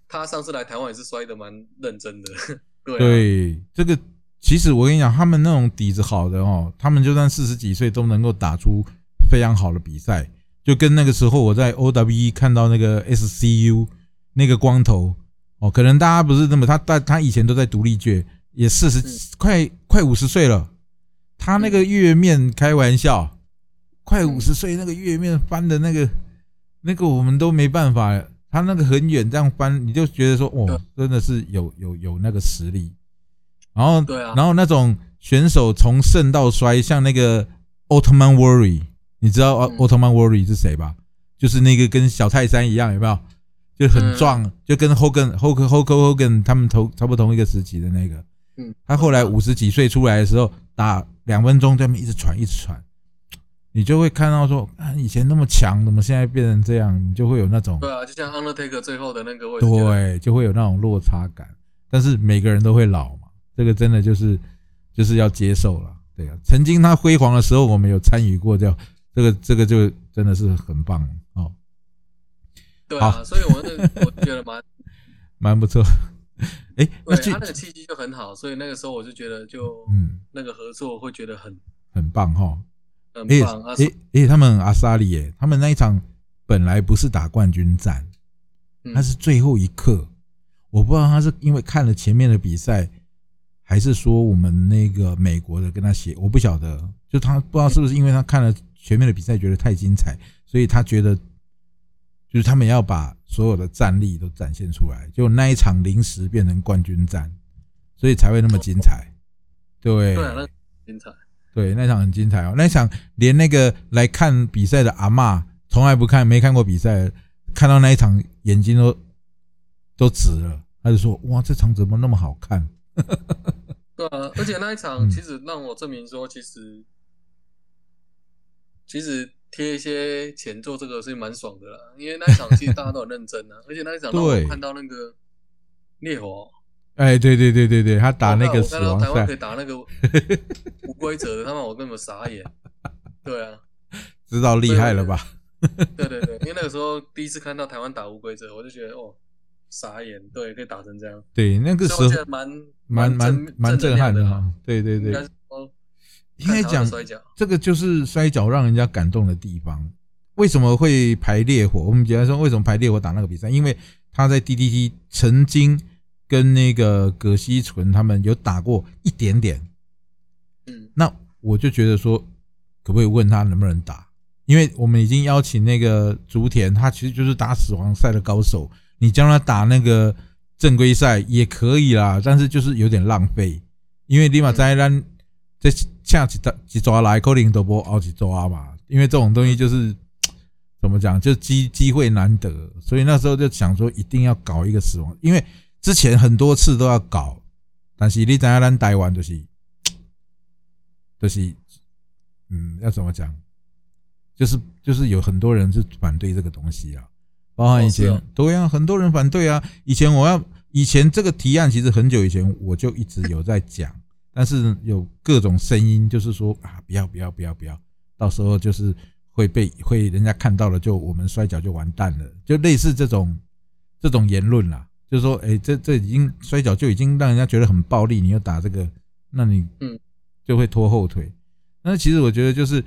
B: 他上次来台湾也是摔得蛮认真的， (laughs) 对啊
A: 对，这个其实我跟你讲，他们那种底子好的哦，他们就算四十几岁都能够打出非常好的比赛，就跟那个时候我在 OWE 看到那个 SCU 那个光头哦，可能大家不是那么他他他以前都在独立界，也四十、快快五十岁了，他那个月面开玩笑，快五十岁那个月面翻的那个那个我们都没办法。他那个很远这样翻，你就觉得说，哦，真的是有有有那个实力，然后
B: 对啊
A: 然后那种选手从盛到衰，像那个奥特曼 Worry，你知道奥
B: 嗯
A: 奥特曼 Worry 是谁吧？就是那个跟小泰山一样，有没有？就很
B: 嗯
A: 壮，就跟 Hogan、Hogan、Hogan、Hogan 他们同差不多同一个时期的那个。
B: 嗯，
A: 他后来五十几岁出来的时候，打两分钟，他们一直喘，一直喘，你就会看到说，啊，以前那么强，怎么现在变成这样？你就会有那种
B: 对啊，就像 Undertaker 最后的那个，我也是觉得
A: 对，就会有那种落差感。但是每个人都会老嘛，这个真的就是就是要接受了。对啊，曾经他辉煌的时候，我们有参与过，叫这个这个就真的是很棒哦，
B: 对啊
A: 好，
B: 所以我那
A: (laughs)
B: 个我觉得蛮，
A: 蛮不错。 (laughs) 哎，那
B: 对
A: 去
B: 他那个契机就很好，所以那个时候我就觉得就
A: 嗯，
B: 那个合作会觉得很
A: 很棒哈、哦。
B: 很
A: 哎
B: 棒啊，
A: 哎哎，他们阿萨里耶，他们那一场本来不是打冠军战，
B: 嗯
A: 他是最后一刻，我不知道他是因为看了前面的比赛，还是说我们那个美国的跟他写，我不晓得，就他不知道是不是因为他看了前面的比赛觉得太精彩，所以他觉得就是他们要把所有的战力都展现出来，就那一场临时变成冠军战，所以才会那么精彩。对
B: 对啊，那精彩。
A: 对，那场很精彩哦，那场连那个来看比赛的阿嬷，从来不看没看过比赛，看到那一场眼睛都都直了，他就说：“哇，这场怎么那么好看？”
B: 对啊，而且那一
A: 嗯
B: 场其实让我证明说，其实、其实贴一些钱做这个是蛮爽的啦，因为那一场其实大家都很认真
A: (laughs)
B: 啊，而且那一场让
A: 对
B: 我看到那个烈火
A: 哎，对对对对对，他打
B: 我看
A: 那个
B: 我
A: 死
B: 看到
A: 亡
B: 台湾可以
A: 赛，
B: 打
A: (laughs)
B: 那个无规则的，他妈我根本傻眼。对啊，
A: 知道厉害了吧？
B: 对对对，因为那个时候第一次看到台湾打无规则，我就觉得哦傻眼，对，可以打成这样，
A: 对，那个时
B: 所以我觉
A: 候
B: 得蛮
A: 蛮
B: 蛮
A: 蛮蛮震撼
B: 的
A: 的
B: 啊
A: 哈。。对对
B: 应
A: 对，
B: 该是说
A: 应该
B: 看台湾
A: 讲
B: 的摔跤。
A: 这个就是摔跤让人家感动的地方。为什么会排烈火？我们简单说，为什么排烈火打那个比赛？因为他在 DDT 曾经跟那个葛西纯他们有打过一点点，
B: 嗯，
A: 那我就觉得说，可不可以问他能不能打？因为我们已经邀请那个竹田，他其实就是打死亡赛的高手，你叫他打那个正规赛也可以啦，但是就是有点浪费，因为你马在咱这下几打几抓来，可能都不熬几抓嘛，因为这种东西就是。怎么讲？就机机会难得，所以那时候就想说一定要搞一个死亡，因为之前很多次都要搞，但是你知影咱台湾就是，就是，嗯，要怎么讲？就是就是有很多人是反对这个东西啊，包含以前、
B: 哦是哦
A: 对啊，很多人反对啊。以前我要以前这个提案，其实很久以前我就一直有在讲，但是有各种声音就是说啊，不要不要不要不要，到时候就是会被会人家看到了，就我们摔跤就完蛋了，就类似这种这种言论啦，就是说，哎，这这已经摔跤就已经让人家觉得很暴力，你又打这个，那你
B: 嗯
A: 就会拖后腿。那其实我觉得就是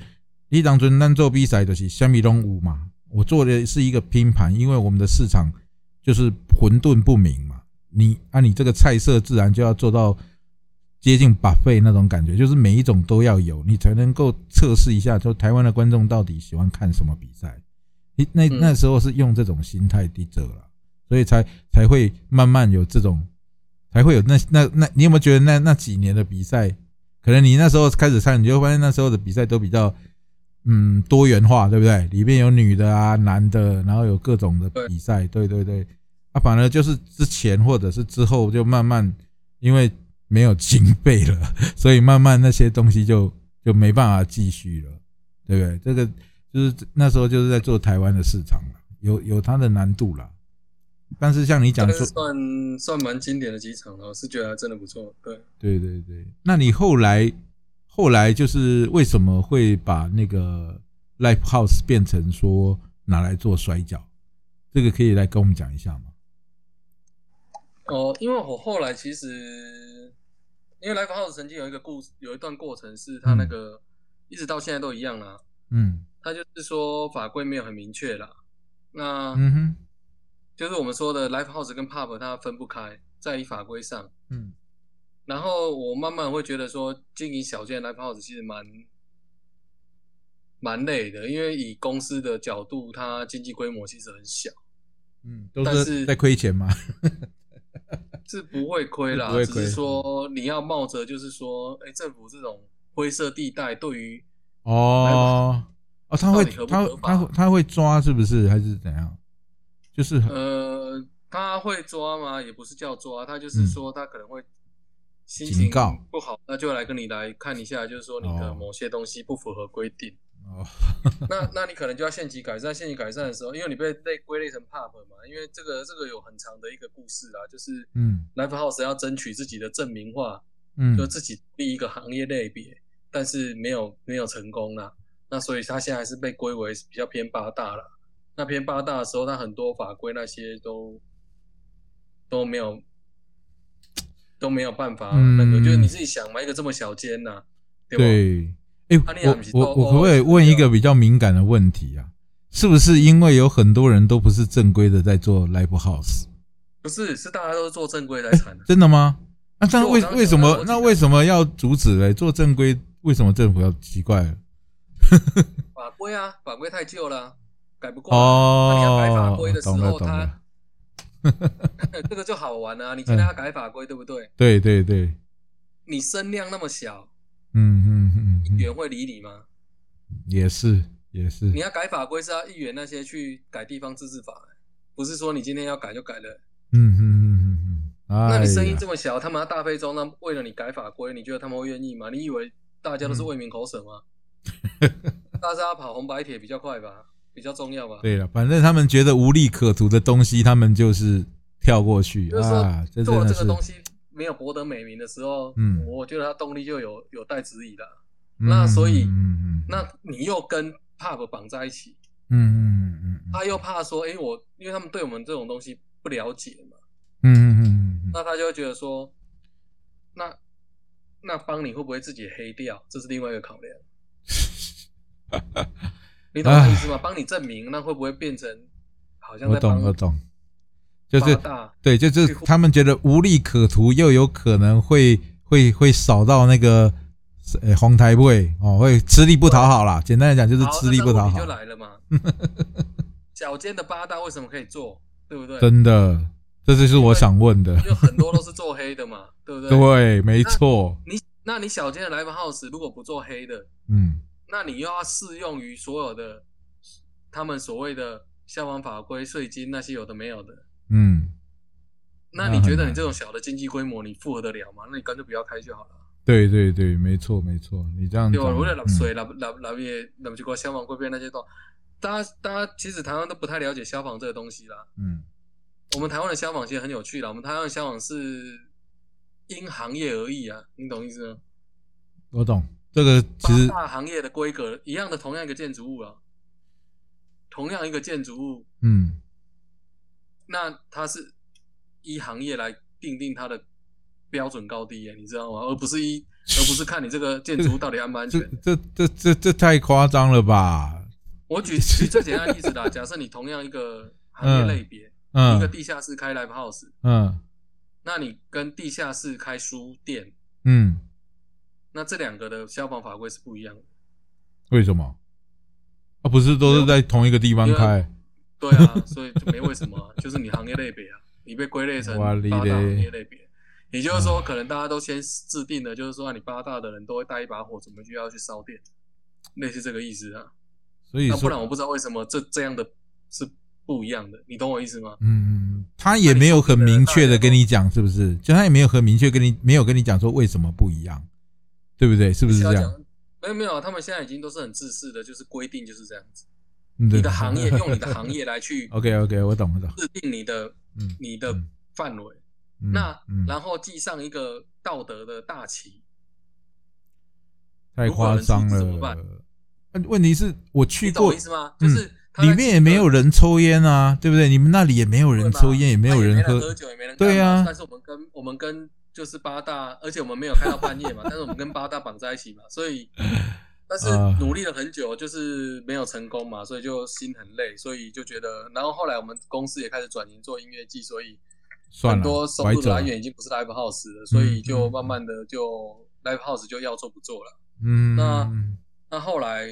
A: 你当尊咱做比赛就是虾米拢有嘛，我做的是一个拼盘，因为我们的市场就是混沌不明嘛，你按、你这个菜色自然就要做到。接近 buffet 那种感觉，就是每一种都要有，你才能够测试一下，就台湾的观众到底喜欢看什么比赛。你那
B: 嗯
A: 那时候是用这种心态去走了，所以才才会慢慢有这种，才会有那那那，你有没有觉得那那几年的比赛，可能你那时候开始看，你就会发现那时候的比赛都比较嗯多元化，对不对？里面有女的啊、男的，然后有各种的
B: 对
A: 比赛，对对对。啊，反而就是之前或者是之后就慢慢因为没有经费了， (laughs) 所以慢慢那些东西就就没办法继续了，对不对？这个就是那时候就是在做台湾的市场了，有有它的难度啦。但是像你讲
B: 这
A: 说
B: 个，算算蛮经典的几场了，我是觉得真的不错。对，
A: 对对对，那你后来后来就是为什么会把那个 live house 变成说拿来做摔跤？这个可以来跟我们讲一下吗？
B: 哦，因为我后来其实，因为来福 house 曾经有一个故事，有一段过程是他那个、一直到现在都一样啦，
A: 嗯
B: 他就是说法规没有很明确啦，那、
A: 嗯哼
B: 就是我们说的 live house 跟 pub 它分不开，在于法规上。
A: 嗯
B: 然后我慢慢会觉得说，经营小间 live house 其实蛮蛮累的，因为以公司的角度，它经济规模其实很小。
A: 嗯，都
B: 但
A: 是
B: 是
A: 在亏钱吗？
B: 是不会亏啦，
A: 是不会
B: 只
A: 亏
B: 是说你要冒着就是说，哎、政府这种灰色地带对于
A: 哦哦，他会
B: 啊到底合不
A: 他
B: 合法啊
A: 他会他会抓是不是还是怎样？就是很
B: 呃，他会抓吗？也不是叫抓，他就是说他可能会心
A: 警
B: 情
A: 告
B: 不好，那就来跟你来看一下，就是说你的
A: 哦
B: 某些东西不符合规定，
A: 哦
B: 那 (laughs) 那你可能就要限期改善。限期改善的时候，因为你被被归类成 pub 嘛，因为这个这个有很长的一个故事啦，就是
A: 嗯
B: l i v e house 要争取自己的证明化，
A: 嗯
B: 就自己立一个行业类别，但是没有没有成功啦。那所以他现在还是被归为比较偏八大了。那偏八大的时候，他很多法规那些都都没有都没有办法、
A: 嗯
B: 那个，就是你自己想嘛，一个这么小间呐、对吧？
A: 对。哎、
B: 啊你也不是
A: 我我
B: 都
A: 我可不可以问一个比较敏感的问题啊？是不是因为有很多人都不是正规的在做 live house？。
B: 不是，是大家都是做正规来产的
A: 真的吗？那这样
B: 就我
A: 为
B: 刚刚
A: 为什
B: 讲的
A: 么
B: 逻辑
A: 那
B: 啊
A: 为什么要阻止嘞？做正规为什么政府要奇怪了？
B: 法规啊，法规太旧了啊，改不过来啊。那你要改法
A: 哦
B: 规的，时
A: 懂了
B: 候，
A: 懂
B: 他
A: 了，
B: 这个就好玩啊！你今
A: 嗯
B: 天要改法规，对不对？
A: 对对对，
B: 你声量那么小，
A: 嗯嗯嗯
B: 议
A: 嗯，
B: 员会理你吗？
A: 也是也是
B: 你，要改法规是要议员那些去改地方自治法，欸不是说你今天要改就改了。
A: 嗯嗯嗯嗯嗯，
B: 那你声
A: 哎
B: 音
A: 呀
B: 这么小，他妈大费周章为了你改法规，你觉得他们会愿意吗？你以为大家都
A: 嗯
B: 是为民口
A: (laughs)
B: 舌吗？大家跑红白帖比较快吧，比较重要吧？
A: 哎对了，反正他们觉得无利可图的东西，他们就是跳过去
B: 就是说
A: 啊，这真
B: 做了
A: 的
B: 这
A: 是
B: 个，东西没有博得美名的时候，
A: 嗯
B: 我觉得它动力就有有待质疑了。
A: 嗯
B: 那所以
A: 嗯嗯嗯
B: 那你又跟 pub 绑在一起，
A: 嗯嗯嗯嗯
B: 他又怕说，诶，我因为他们对我们这种东西不了解嘛，
A: 嗯嗯嗯嗯
B: 那他就会觉得说，那那帮你会不会自己黑掉？这是另外一个考量。你懂我意思吗？帮你证明，那会不会变成好
A: 嗯，
B: 像
A: 我
B: 在帮
A: 懂我懂，就是
B: 八大？
A: 对，就是他们觉得无利可图，又有可能会会会扫到那个呃红台位哦，会吃力不讨好啦。简单来讲就是
B: 好
A: 吃力不讨
B: 那这个问题
A: 好
B: 就，来
A: (laughs)
B: 了嘛。脚尖的八大为什么可以做？对不对？
A: 真的，这就是我想问的。
B: 因为很多都是做黑的嘛，对不对？
A: 对，没错，
B: 你那你小间的 live house 如果不做黑的，
A: 嗯
B: 那你又要适用于所有的他们所谓的消防法规、税金那些有的没有的。
A: 嗯，
B: 那你觉得你这种小的经济规模，你复合得了吗？那你干脆不要开就好了。
A: 对对对，没错没错，你这样
B: 对
A: 讲，
B: 吧？我在
A: 嗯
B: 老水、老老老也老就国消防规避那些都，大家大家其实台湾都不太了解消防这个东西啦。
A: 嗯
B: 我们台湾的消防其实很有趣啦，我们台湾的消防是因行业而异啊，你懂意思吗？
A: 我懂这个，其实
B: 八大行业的规格一样的，同样一个建筑物啊，同样一个建筑物，
A: 嗯
B: 那它是依行业来定定它的标准高低耶，你知道吗？而不是依，而不是看你这个建筑物到底安不安
A: 这
B: 全。
A: 这这这这太夸张了吧？
B: 我举举最简单的例子啦，假设你同样一个行业类别，一个
A: 嗯
B: 地下室开 live house，
A: 嗯
B: 那你跟地下室开书店，
A: 嗯，
B: 那这两个的消防法规是不一样的。
A: 为什么？啊，不是都是在同一个地方开？
B: 对啊，所以就没为什么啊、就是你行业类别啊，你被归类成
A: 哇
B: 八
A: 哩
B: 大
A: 嘞啊
B: 行业类别，也就是说，可能大家都先制定了，就是说啊你八大的人都会带一把火，准备就要去烧店，类似这个意思啊。
A: 所以
B: 那
A: 说
B: 不，然我不知道为什么这这样的是不一样的，你懂我意思吗？
A: 嗯，他也没有很明确的跟你讲，是不是？就他也没有很明确跟你没有跟你讲说为什么不一样，对不对？是不是这
B: 要
A: 样？
B: 讲没有没有啊，他们现在已经都是很自私的，就是规定就是这样子。
A: 你
B: 你的行
A: (laughs)
B: 业用你的行业来去
A: OK OK，我懂我懂。
B: 制定你的
A: 嗯
B: 你的
A: 嗯
B: 范围，
A: 嗯
B: 那
A: 嗯
B: 然后记上一个道德的大旗，
A: 太夸张
B: 如果有人出去怎么办
A: 了。呃问题是我去
B: 你懂
A: 过
B: 我意，思吗？
A: 嗯
B: 就是它在
A: 里面也没有人抽烟啊，对不对？你们那里也没有
B: 对
A: 人
B: 嘛
A: 抽烟，也没有
B: 那
A: 人
B: 喝
A: 喝。
B: 酒，也没人干嘛
A: 对啊
B: 但是我们跟我们跟就是八大，而且我们没有开到半夜嘛，但是我们跟八大绑在一起嘛，
A: (laughs)
B: 所以但是
A: 啊
B: 努力了很久，就是没有成功嘛，所以就心很累，所以就觉得，然后后来我们公司也开始转型做音乐季，所以
A: 算
B: 很
A: 了
B: 多，收
A: 拐
B: 入
A: 走
B: 来。源已经不是 live house 了，所以就
A: 嗯
B: 慢慢的就 live house 就要做不做了。
A: 嗯，
B: 那那后来，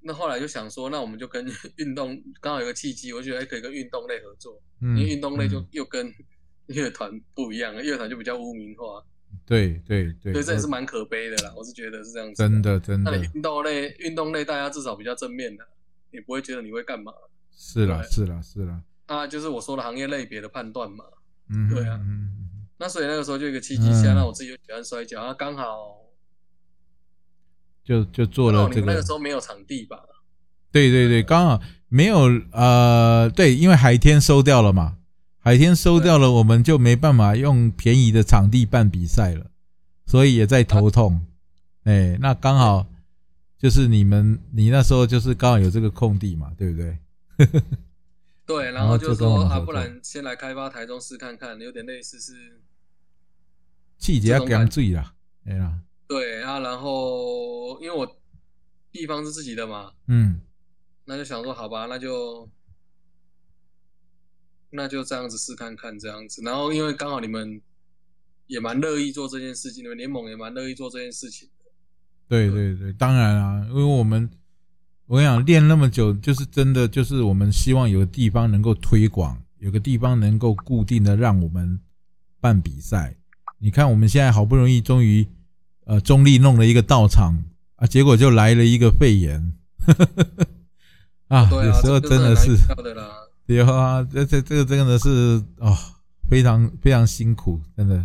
B: 那后来就想说，那我们就跟 (laughs) 运动刚好有个契机，我就觉得哎可以跟运动类合作，因
A: 嗯
B: 为运动类就
A: 嗯
B: 又跟乐团不一样，乐团就比较污名化，
A: 对对对，
B: 所以这也是
A: 我
B: 蛮可悲的啦。我是觉得是这样子。啊
A: 真。的真
B: 那
A: 的
B: 你运动类，运动类大家至少比较正面的，也不会觉得你会干嘛
A: 是啦
B: 对
A: 是啦是啦，
B: 啊，就是我说的行业类别的判断嘛。
A: 嗯，
B: 对啊
A: 嗯，嗯嗯
B: 那所以那个时候就有一个契机下，
A: 嗯
B: 那我自己就喜欢摔跤，啊，刚好
A: 就就做
B: 刚
A: 了
B: 好你
A: 这
B: 们那
A: 个
B: 个时，候没有场地吧？
A: 对对对，刚好没有呃，对，因为海天收掉了嘛，海天收掉了，我们就没办法用便宜的场地办比赛了，所以也在头痛。哎，那刚好就是你们，你那时候就是刚好有这个空地嘛，对不对？
B: 对，
A: 然
B: 然
A: 后
B: 后
A: 就
B: 就
A: 跟哦我
B: 说
A: 们
B: 啊，
A: 合
B: 不
A: 作
B: 然先来开发台中市看看，有点类似是，
A: 气节要
B: 这种感
A: 干
B: 觉
A: 醉啦，哎啦，
B: 对啊，然后因为我地方是自己的嘛，
A: 嗯
B: 那就想说好吧，那就那就这样子试看看这样子，然后因为刚好你们也蛮乐意做这件事情的，联盟也蛮乐意做这件事情的。
A: 对对
B: 对
A: 对，当然啊，因为我们我跟你讲，练那么久，就是真的，就是我们希望有个地方能够推广，有个地方能够固定的让我们办比赛。你看，我们现在好不容易终于呃中立弄了一个道场啊，结果就来了一个肺炎， (laughs) 啊，
B: 对
A: 有
B: 啊，
A: 时候
B: 这个
A: 真的
B: 很
A: 是
B: 难跳的啦。
A: 对啊，这这这个真的是哦，非常非常辛苦，真的，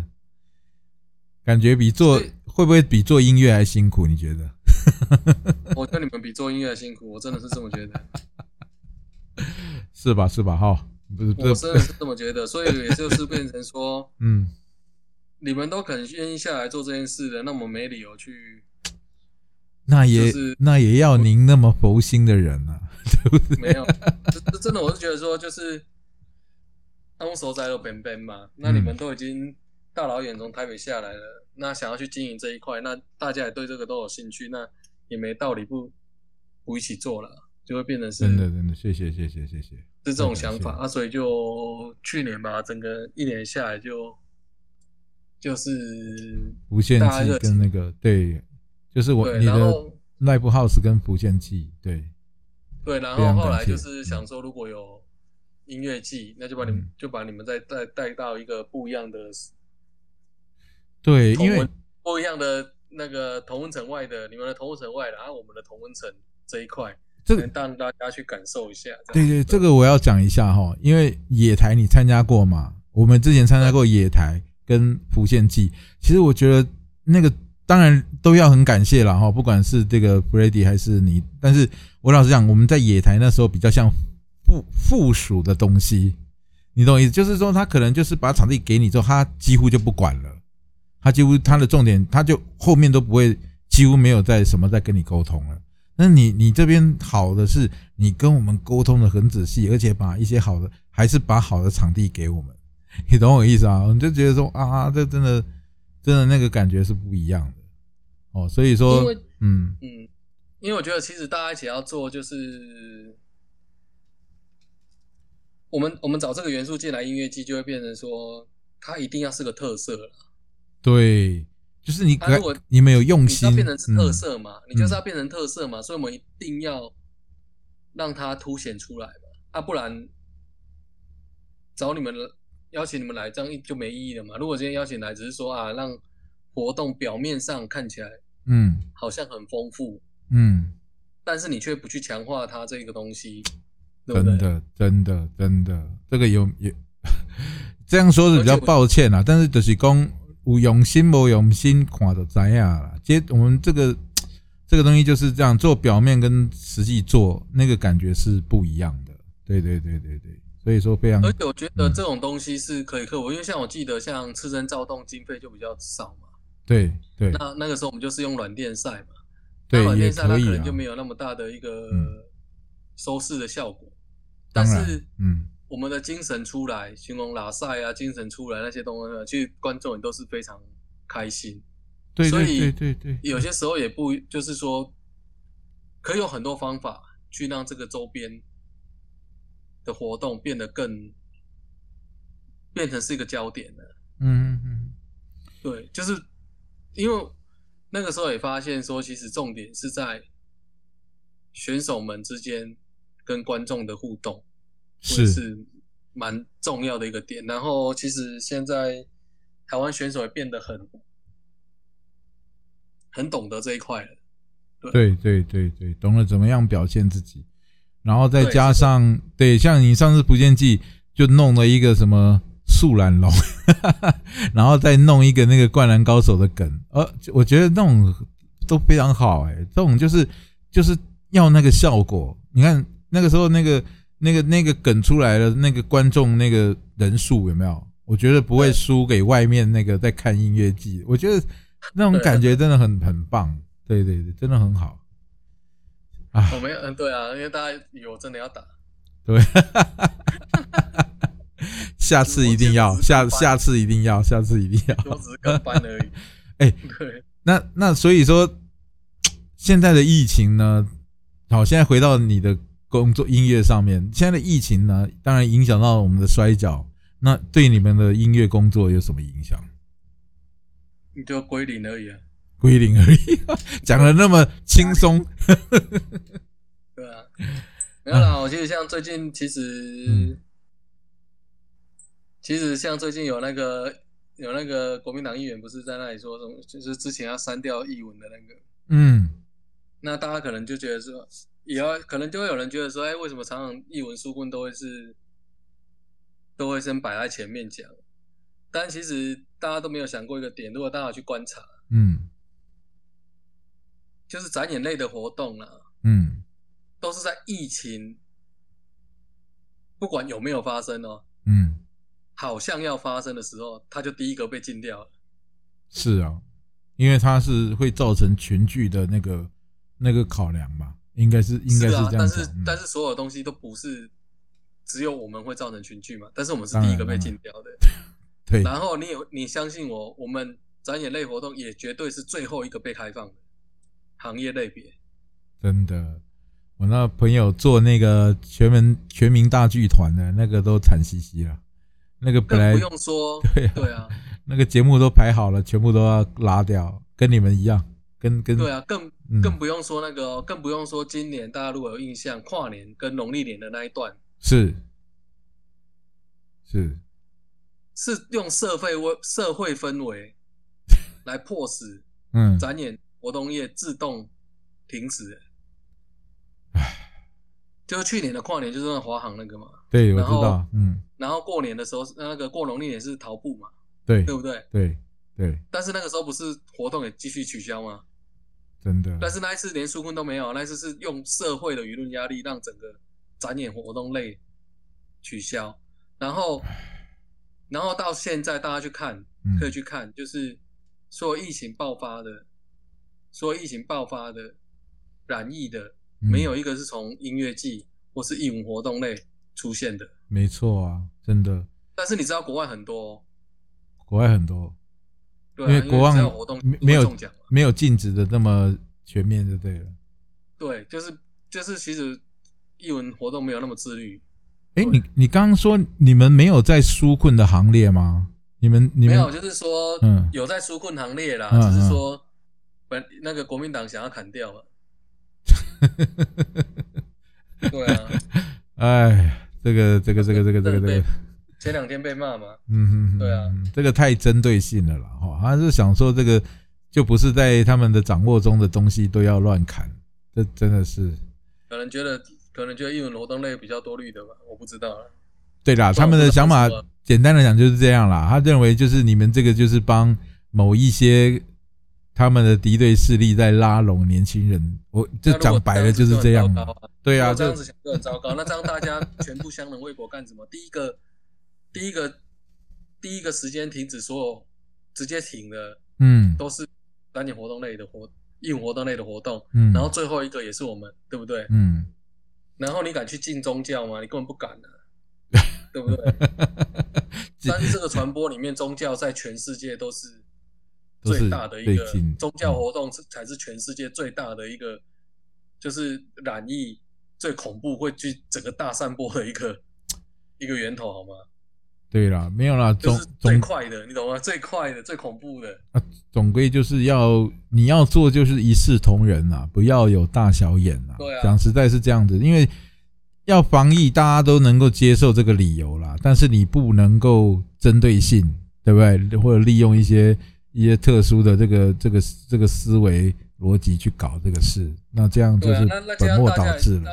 A: 感觉比做
B: 所以
A: 会不会比做音乐还辛苦？你觉得？
B: 我跟你们比做音乐辛苦，我真的是这么
A: (laughs)
B: 觉得，
A: 是吧？是吧？哈，不是这，
B: 我真的是这么觉得，所以也就是变成说，
A: 嗯，
B: 你们都肯愿意下来做这件事的，那我们没理由去，
A: 那也、
B: 就是
A: 那也要您那么佛心的人啊，
B: 没有，这这真的我是觉得说，就是当手仔有本本嘛，那
A: 嗯
B: 你们都已经大老远从台北下来了，那想要去经营这一块，那大家也对这个都有兴趣，那也没道理不不一起做了，就会变成是
A: 真的真的，谢谢谢谢谢谢，
B: 是这种想法
A: 是
B: 啊，所以就去年吧，整个一年下来就就是
A: 无限
B: 大家
A: 期
B: 热
A: 跟
B: 情
A: 那个对，就是我
B: 对，
A: 你
B: 然
A: 的
B: 后
A: Live House 跟无限期，对，
B: 对，然
A: 非
B: 后
A: 常
B: 后
A: 感
B: 来就
A: 谢
B: 是想说，如果有音乐季，那就把你
A: 嗯
B: 们就把你们再带带到一个不一样的
A: 对，
B: 同
A: 因为
B: 温不一样的那个同温层外的，你们的同温层外的，然啊后我们的同温层这一块，
A: 这个
B: 能让大家去感受一下。这
A: 对
B: 样
A: 对，这个我要讲一下哈，因为野台你参加过嘛？我们之前参加过野台跟浮现记，其实我觉得那个当然都要很感谢啦哈，不管是这个 Brady 还是你，但是我老实讲，我们在野台那时候比较像附附属的东西，你懂我意思？就是说他可能就是把场地给你之后，他几乎就不管了，他几乎他的重点他就后面都不会，几乎没有在什么在跟你沟通了。那你你这边好的是，你跟我们沟通的很仔细，而且把一些好的，还是把好的场地给我们， (laughs) 你懂我意思啊？我们就觉得说啊，这真的真的那个感觉是不一样的哦。所以
B: 因
A: 说
B: 为，
A: 嗯，
B: 嗯，因为我觉得其实大家一起要做，就是我们我们找这个元素进来，音乐季就会变成说，它一定要是个特色了。
A: 对，就是你
B: 啊如果
A: 你们有用
B: 你是要
A: 心，
B: 变成是特
A: 嗯
B: 色嘛，你就是要变成特色嘛，所以我们一定要让它凸显出来嘛，啊，不然找你们了邀请你们来，这样就没意义了嘛。如果今天邀请来，只是说啊，让活动表面上看起来
A: 嗯
B: 好像很丰富，
A: 嗯，
B: 但是你却不去强化它这个东西，对不
A: 真
B: 对？
A: 的真的真的，这个有有 (laughs) 这样说是比较抱歉啦，但是就是讲有用心没用心，看就知呀啦。接我们这个这个东西就是这样，做表面跟实际做那个感觉是不一样的。对对对对对，所以说非常
B: 而且我觉
A: 嗯
B: 得这种东西是可以克服，因为像我记得像次生躁动经费就比较少嘛，
A: 对对
B: 那那个时候我们就是用软电赛嘛。那
A: 对
B: 软
A: 也
B: 件上它
A: 可
B: 可
A: 以
B: 能
A: 啊
B: 就，没有那么大的一个
A: 嗯
B: 收视的效果，
A: 当
B: 但
A: 然
B: 是
A: 嗯
B: 我们的精神出来，形容拉赛啊，精神出来那些东西呢，其实观众也都是非常开心。
A: 对
B: 所
A: 对
B: 以
A: 对对对，
B: 有些时候也不就是说，可以有很多方法去让这个周边的活动变得更变成是一个焦点的。
A: 嗯嗯嗯
B: 对，就是因为那个时候也发现说，其实重点是在选手们之间跟观众的互动，
A: 是
B: 是蛮重要的一个点。然后其实现在台湾选手也变得很很懂得这一块了。
A: 对对对对，懂了怎么样表现自己，然后再
B: 对
A: 加上对，像你上次不见记就弄了一个什么素兰龙， (laughs) 然后再弄一个那个灌篮高手的梗，呃，我觉得那种都非常好哎、这种就是就是要那个效果。你看那个时候那个那个那个梗出来了，那个观众那个人数有没有？我觉得不会
B: 对
A: 输给外面那个在看音乐季，我觉得那种
B: 对
A: 感觉真的很很棒，对对对，真的很好。啊
B: 我，没有，嗯，对啊，因为大家有真的要打，
A: 对，下次一定要，
B: 我觉
A: 下
B: 得只是
A: 下次一定要，下次一定要。
B: 我只是跟班而已。
A: (laughs) 哎
B: 对，
A: 那那所以说，现在的疫情呢，好，现在回到你的工作音乐上面，现在的疫情呢，当然影响到我们的摔跤，那对你们的音乐工作有什么影响？
B: 你就归零而已啊，
A: 归零而已， (laughs) 讲的那么轻松。
B: 对啊。没有啦，我其实像最近其实、
A: 嗯
B: 其实像最近有那个有那个国民党议员不是在那里说什么，就是之前要删掉译文的那个，
A: 嗯，
B: 那大家可能就觉得说，也要可能就会有人觉得说，哎，为什么常常译文书棍都会是都会先摆在前面讲？但其实大家都没有想过一个点，如果大家有去观察，
A: 嗯
B: 就是展演类的活动啦、
A: 嗯
B: 都是在疫情不管有没有发生哦，
A: 嗯，
B: 好像要发生的时候，他就第一个被禁掉了。
A: 是啊，因为它是会造成群聚的那个那个考量嘛，应该是应该
B: 是啊，
A: 这样讲
B: 但是、。
A: 嗯
B: 但是所有东西都不是只有我们会造成群聚嘛，但是我们是
A: 当然
B: 第一个被禁掉的。
A: 对，
B: 然后你有你相信我，我们展演类活动也绝对是最后一个被开放的行业类别。
A: 真的，我那朋友做那个全民全民大剧团的那个都惨兮兮了，那个本
B: 更
A: 来
B: 不用说，
A: 对啊
B: 对啊，
A: 那个节目都排好了，全部都要拉掉，跟你们一样，跟跟
B: 对啊，更
A: 嗯
B: 更不用说那个哦，更不用说今年大家如果有印象，跨年跟农历年的那一段，
A: 是是
B: 是用社会温社会氛围来迫使
A: 嗯，
B: 展演活动业自动停止。就是去年的跨年就是那华航那个嘛，
A: 对我
B: 然
A: 知
B: 后
A: 道，嗯，
B: 然后过年的时候那个过农历年是逃步嘛，
A: 对
B: 对不对？
A: 对对，
B: 但是那个时候不是活动也继续取消吗？
A: 真的，
B: 但是那一次连纾困都没有，那一次是用社会的舆论压力让整个展演活动类取消，然后，然后到现在大家去看，
A: 嗯
B: 可以去看，就是所有疫情爆发的，所有疫情爆发的染疫的，
A: 嗯
B: 没有一个是从音乐季或是艺文活动类出现的。
A: 没错啊，真的，
B: 但是你知道国外很多、哦，
A: 国外很多
B: 对、啊，
A: 因
B: 因
A: 为国外
B: 只要有活动
A: 没
B: 就
A: 没有
B: 会中奖嘛，
A: 没有禁止的那么全面就对了。
B: 对，就是就是其实艺文活动没有那么自律。
A: 哎，你你刚刚说你们没有在纾困的行列吗？你们你
B: 没
A: 们
B: 有，就是说，
A: 嗯 (laughs)
B: 有在纾困行列啦，
A: 嗯
B: 只是说本那个国民党想要砍掉嘛。对啊，
A: 哎，这个这个这个这个这个这个
B: 被，前两天被骂嘛，
A: 嗯嗯，
B: 对啊
A: 嗯，这个太针对性了啦，哈、他是想说这个就不是在他们的掌握中的东西都要乱砍，这真的是
B: 可能觉得可能觉得英文活动类比较多绿的吧，我不知道啦。
A: 对啦，
B: 不然
A: 他们
B: 我
A: 的
B: 哦不知道
A: 想法
B: 怎么
A: 简单的讲就是这样啦，他认为就是你们这个就是帮某一些他们的敌对势力在拉拢年轻人，我这
B: 那如果
A: 讲白了就是
B: 这
A: 这样
B: 样子就很糟
A: 嘛
B: 糕，啊
A: 对啊，
B: 如果这
A: 这
B: 样子想就很糟糕。那这样大家全部相人为国干什么？第一个，第一个，第一个时间停止所有直接停的
A: 嗯
B: 都是展演活动类的活，义务活动类的活动，
A: 嗯，
B: 然后最后一个也是我们，对不对？
A: 嗯， (laughs)
B: 然后你敢去进宗教吗？你根本不敢啊，对不对？
A: 这
B: 但是这个传播里面，宗教在全世界都是
A: 都是嗯
B: 最大的一个
A: 最近
B: 宗教活动，是才是全世界最大的一个，就是染疫最恐怖会去整个大散播的一个一个源头，好吗？
A: 对啦，没有啦，
B: 就
A: 总
B: 是最
A: 总啊
B: 快的，你懂吗？最快的、最恐怖的，
A: 总归就是要你要做就是一视同仁啦、不要有大小眼啦、
B: 对啊
A: 讲实在是这样子，因为要防疫，大家都能够接受这个理由啦，但是你不能够针对性，对不对？或者利用一些一些特殊的这个这个这个思维逻辑去搞这个事，那这样就
B: 对啊
A: 是。
B: 那那这
A: 本
B: 样
A: 末
B: 大
A: 倒
B: 家
A: 置
B: 也
A: 了。
B: 那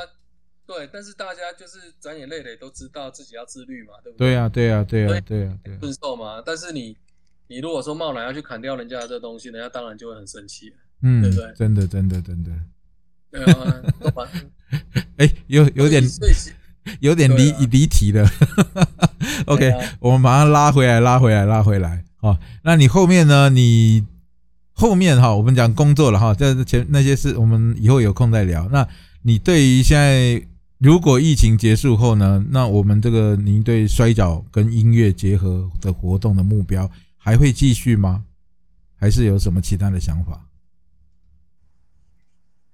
B: 对，但是大家就是长眼累累都知道自己要自律嘛，对不
A: 对啊，对啊，对
B: 所
A: 啊
B: 以，
A: 对啊，对啊，
B: 顺受嘛。但是你你如果说贸然要去砍掉人家的这东西，人家当然就会很生气。
A: 嗯
B: 对不对，
A: 真的，真的，真的，
B: 对啊， (laughs) 懂吗？
A: 哎，有有点
B: 所以所以
A: 有点离
B: 对啊
A: 离题了。OK，、
B: 对啊
A: 我们马上拉回来，拉回来，拉回来。哦，那你后面呢？你后面哈，我们讲工作了哈，这前那些事我们以后有空再聊。那你对于现在如果疫情结束后呢，那我们这个您对摔跤跟音乐结合的活动的目标还会继续吗？还是有什么其他的想法？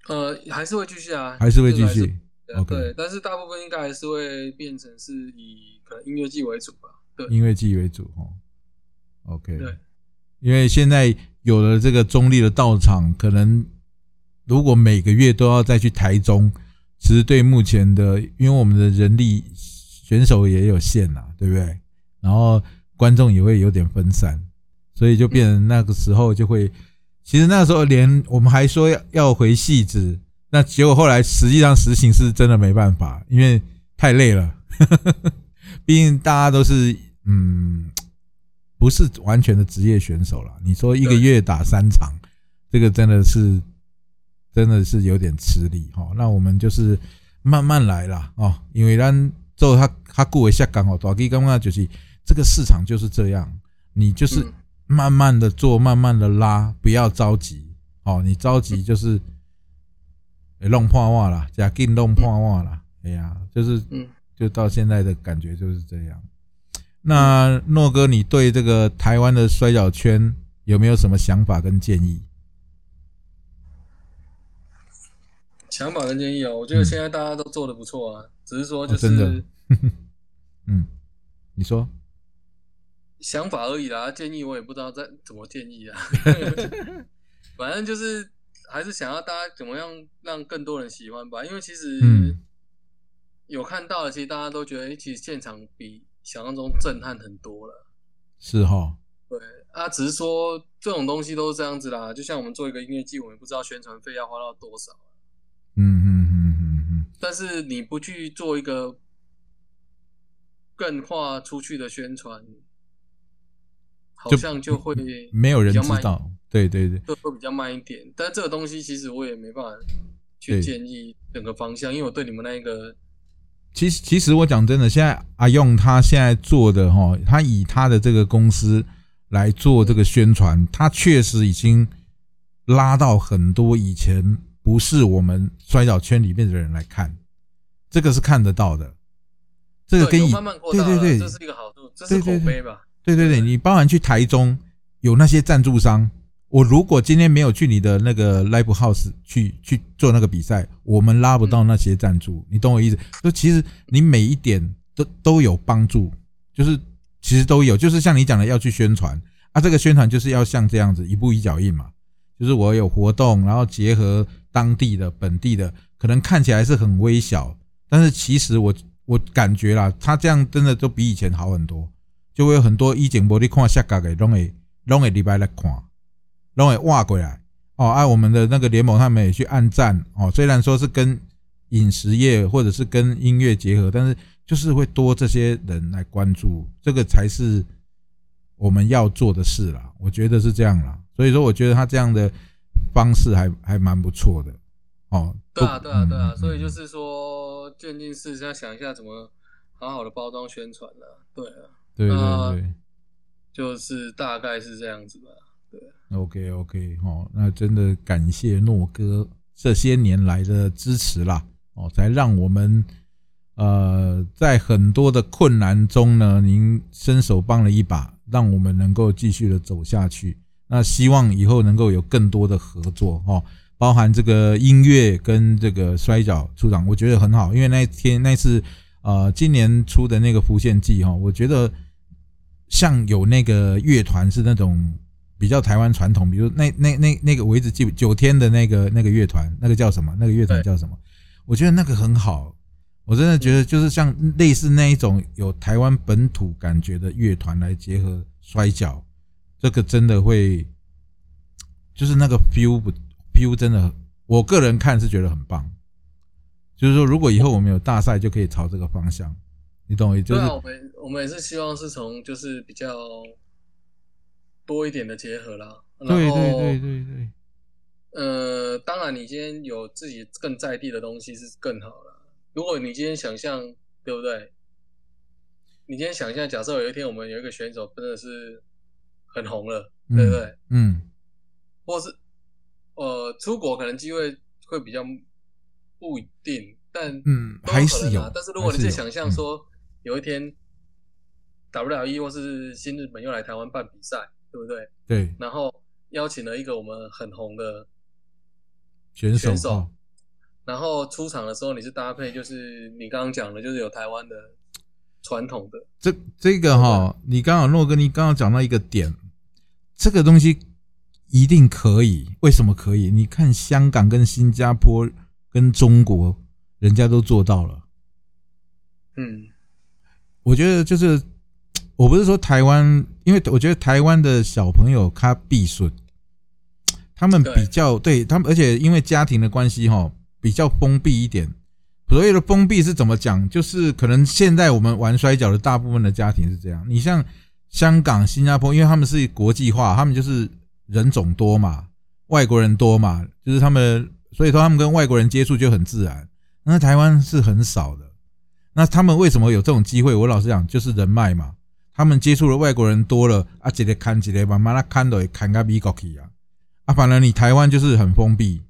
B: 呃，还是会继续啊，
A: 还是会继
B: 这个还
A: 续
B: 是？对啊
A: OK
B: 对，但是大部分应该还是会变成是以可能音乐季为主吧。对
A: 音乐季为主哈。哦 OK，
B: 对
A: 因为现在有了这个中立的道场，可能如果每个月都要再去台中，其实对目前的，因为我们的人力选手也有限啦，对不对？然后观众也会有点分散，所以就变成那个时候就会，其实那时候连我们还说要要回戏子，那结果后来实际上实行是真的没办法，因为太累了， (laughs) 毕竟大家都是嗯。不是完全的职业选手了。你说一个月打三场，这个真的是真的是有点吃力哈、哦。那我们就是慢慢来啦哦，因为咱做他他顾为下岗哦，大基刚刚就是这个市场就是这样，你就是
B: 嗯
A: 慢慢的做，慢慢的拉，不要着急哦。你着急就是弄破袜啦，假劲弄破袜啦，哎呀，就是
B: 嗯
A: 就到现在的感觉就是这样。那诺哥，你对这个台湾的摔跤圈有没有什么想法跟建议？
B: 想法跟建议哦，我觉得现在大家都做的不错啊，只是说就
A: 嗯哦真的
B: 是
A: 嗯，你说，
B: 想法而已啦，建议我也不知道在怎么建议啊，
A: (laughs)
B: 反正就是还是想要大家怎么样让更多人喜欢吧，因为其实
A: 嗯
B: 有看到的，其实大家都觉得，诶其实现场比想象中震撼很多了。
A: 是哈，
B: 对啊，只是说这种东西都是这样子啦，就像我们做一个音乐季，我们不知道宣传费要花到多少，
A: 嗯嗯嗯嗯嗯，
B: 但是你不去做一个更跨出去的宣传，好
A: 就
B: 像就会
A: 没有人知
B: 比较慢
A: 道，对对对，
B: 就会比较慢一点。但这个东西其实我也没办法
A: 对
B: 去建议整个方向，因为我对你们那一个
A: 其实，其实我讲真的，现在阿用他现在做的哈、他以他的这个公司来做这个宣传，他确实已经拉到很多以前不是我们摔跤圈里面的人来看，这个是看得到的。这个
B: 对
A: 跟
B: 有
A: 以
B: 慢慢扩
A: 对
B: 大了，
A: 对
B: 这
A: 对
B: 是一个好处，这是
A: 对
B: 口
A: 对对
B: 碑吧？
A: 对对对，你包含去台中有那些赞助商，我如果今天没有去你的那个 live house 去去做那个比赛，我们拉不到那些赞助，你懂我意思？就其实你每一点都都有帮助，就是其实都有，就是像你讲的要去宣传啊，这个宣传就是要像这样子一步一脚印嘛，就是我有活动，然后结合当地的本地的，可能看起来是很微小，但是其实我我感觉啦，他这样真的都比以前好很多。就会有很多以前无咧看下角的，拢会拢会礼拜来看，拢会挖过来。哦，啊，我们的那个联盟他们也去按赞哦，虽然说是跟饮食业或者是跟音乐结合，但是就是会多这些人来关注，这个才是我们要做的事啦。我觉得是这样啦，所以说我觉得他这样的方式还还蛮不错的。哦，
B: 对啊，对啊，对啊，
A: 嗯
B: 所以就是说，渐进式是要想一下怎么好好的包装宣传了、对啊，
A: 对对对。
B: 呃就是大概是这样子吧。
A: OK OK，哦，那真的感谢诺哥这些年来的支持啦，哦，才让我们呃在很多的困难中呢，您伸手帮了一把，让我们能够继续的走下去。那希望以后能够有更多的合作哦，包含这个音乐跟这个摔跤出场，我觉得很好，因为那一天那次呃今年出的那个浮现记哈、哦，我觉得像有那个乐团是那种比较台湾传统，比如那那那那个我一直记不九天的那个那个乐团，那个叫什么？那个乐团
B: 对
A: 叫什么？我觉得那个很好，我真的觉得就是像类似那一种有台湾本土感觉的乐团来结合摔跤，这个真的会，就是那个 feel 不 feel 真的，我个人看是觉得很棒。就是说，如果以后我们有大赛，就可以朝这个方向，你懂我意思？就
B: 对
A: 是
B: 啊，我们我们也是希望是从就是比较多一点的结合啦。然后
A: 对对对对对，
B: 呃，当然你今天有自己更在地的东西是更好了。如果你今天想象，对不对？你今天想象，假设有一天我们有一个选手真的是很红了，
A: 嗯
B: 对不对？
A: 嗯，
B: 或是呃出国可能机会会比较不一定，但
A: 嗯
B: 都
A: 还
B: 可
A: 是
B: 能啊
A: 有
B: 但是如果
A: 还
B: 你
A: 是有嗯
B: 在想象说有一天 WWE 或是新日本又来台湾办比赛，对不对？
A: 对，
B: 然后邀请了一个我们很红的，
A: 选手
B: 选手
A: 哦
B: 然后出场的时候你是搭配就是你刚刚讲的，就是有台湾的传统的，
A: 这这个哈、你刚好诺哥，你刚好讲到一个点，这个东西一定可以。为什么可以？你看香港、跟新加坡、跟中国，人家都做到了。
B: 嗯
A: 我觉得就是，我不是说台湾，因为我觉得台湾的小朋友他避顺，他们
B: 对
A: 比较对他们，而且因为家庭的关系哈、比较封闭一点。所谓的封闭是怎么讲？就是可能现在我们玩摔跤的大部分的家庭是这样。你像香港、新加坡，因为他们是国际化，他们就是人种多嘛，外国人多嘛，就是他们，所以说他们跟外国人接触就很自然。那台湾是很少的。那他们为什么有这种机会？我老实讲，就是人脉嘛。他们接触的外国人多了，啊，一个看一个，慢慢啊看到会看到美国去啊。啊，反而你台湾就是很封闭。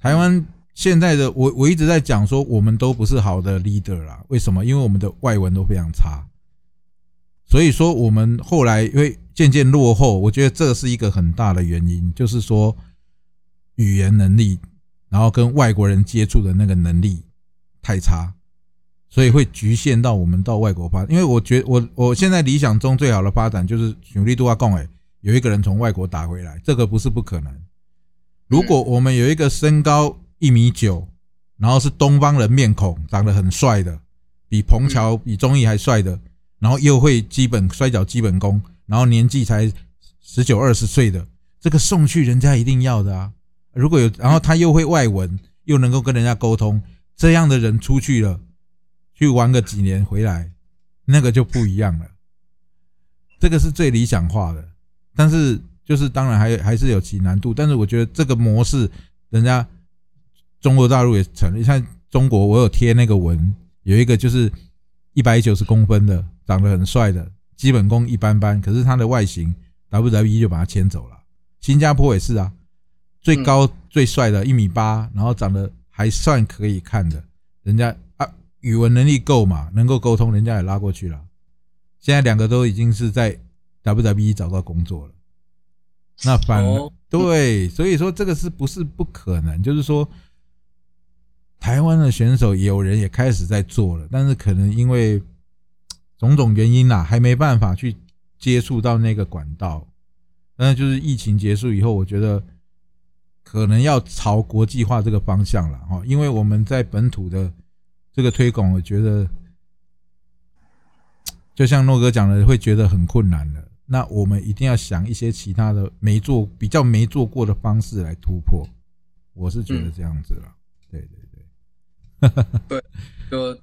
A: 台湾现在的我，我一直在讲说，我们都不是好的 leader 啦。为什么？因为我们的外文都非常差，所以说我们后来会渐渐落后。我觉得这是一个很大的原因，就是说语言能力，然后跟外国人接触的那个能力太差。所以会局限到我们到外国发展。因为我觉得我我现在理想中最好的发展就是努力度阿贡诶，有一个人从外国打回来，这个不是不可能。如果我们有一个身高一米九，然后是东方人面孔，长得很帅的，比彭乔、比钟毅还帅的，然后又会基本摔跤基本功，然后年纪才十九二十岁的，这个送去人家一定要的啊。如果有，然后他又会外文，又能够跟人家沟通，这样的人出去了，去玩个几年回来，那个就不一样了。这个是最理想化的，但是就是当然还有还是有其难度，但是我觉得这个模式，人家中国大陆也成立，像中国我有贴那个文，有一个就是一百九十公分的，长得很帅的，基本功一般般，可是他的外形 WWE 就把他牵走了。新加坡也是啊，最高最帅的一米八，然后长得还算可以看的，人家啊语文能力够嘛，能够沟通，人家也拉过去了。现在两个都已经是在 WWE 找到工作了，那反、
B: 哦
A: 对，所以说这个是不是不可能？就是说，台湾的选手有人也开始在做了，但是可能因为种种原因啦、啊还没办法去接触到那个管道。那就是疫情结束以后，我觉得可能要朝国际化这个方向了哈，因为我们在本土的这个推广，我觉得就像诺哥讲的，会觉得很困难了。那我们一定要想一些其他的没做、比较没做过的方式来突破。我是觉得这样子了，对对对，
B: 就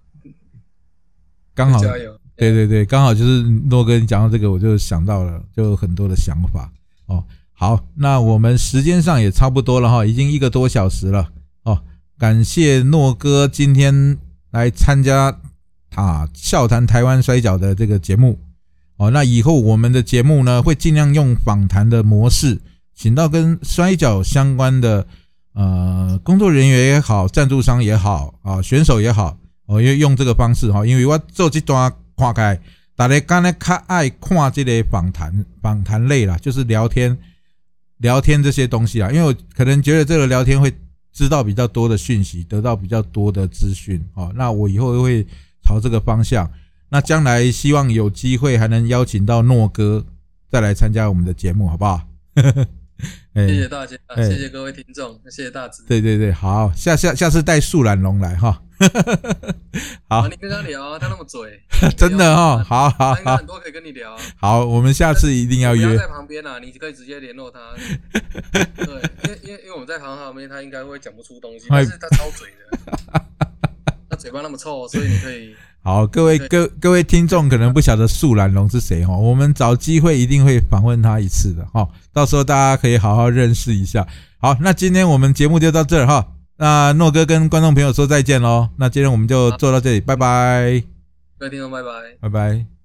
A: 刚好
B: 加油。
A: 对对对，刚好就是诺哥你讲到这个，我就想到了，就有很多的想法哦。好，那我们时间上也差不多了哈，已经一个多小时了哦。感谢诺哥今天来参加啊笑谈台湾摔跤的这个节目哦。那以后我们的节目呢，会尽量用访谈的模式，请到跟摔跤相关的呃工作人员也好，赞助商也好啊，选手也好，哦，因为用这个方式哈，因为我做这段看开，大家刚才较爱看这个访谈访谈类啦，就是聊天聊天这些东西啦，因为我可能觉得这个聊天会知道比较多的讯息，得到比较多的资讯哦。那我以后会朝这个方向，那将来希望有机会还能邀请到诺哥再来参加我们的节目，好不好？ (laughs) 哎
B: 谢谢大家，
A: 哎
B: 谢谢各位听众，谢谢大志。
A: 对对对，好，下下下次带素兰龙来哈。好，
B: 啊，你跟他聊啊，他那么嘴
A: (laughs) 真的哦，
B: 好，
A: 好 (laughs) 好
B: 他应该
A: 好
B: 很多可以跟你聊啊。
A: 好，我们下次一定要
B: 不要
A: 约
B: 在。旁边啊，你可以直接联
A: (laughs)
B: 络他。对，因为因为因为我们在旁旁边，他应该会讲不出东西，
A: 哎
B: 但是他超嘴的，他嘴巴那么臭，所以你可以
A: 好，各位各各位听众可能不晓得素兰龙是谁哈，我们找机会一定会访问他一次的哈，到时候大家可以好好认识一下。好，那今天我们节目就到这儿哈，那诺哥跟观众朋友说再见喽，那今天我们就做到这里，拜拜，
B: 各位听众拜拜。
A: 拜拜。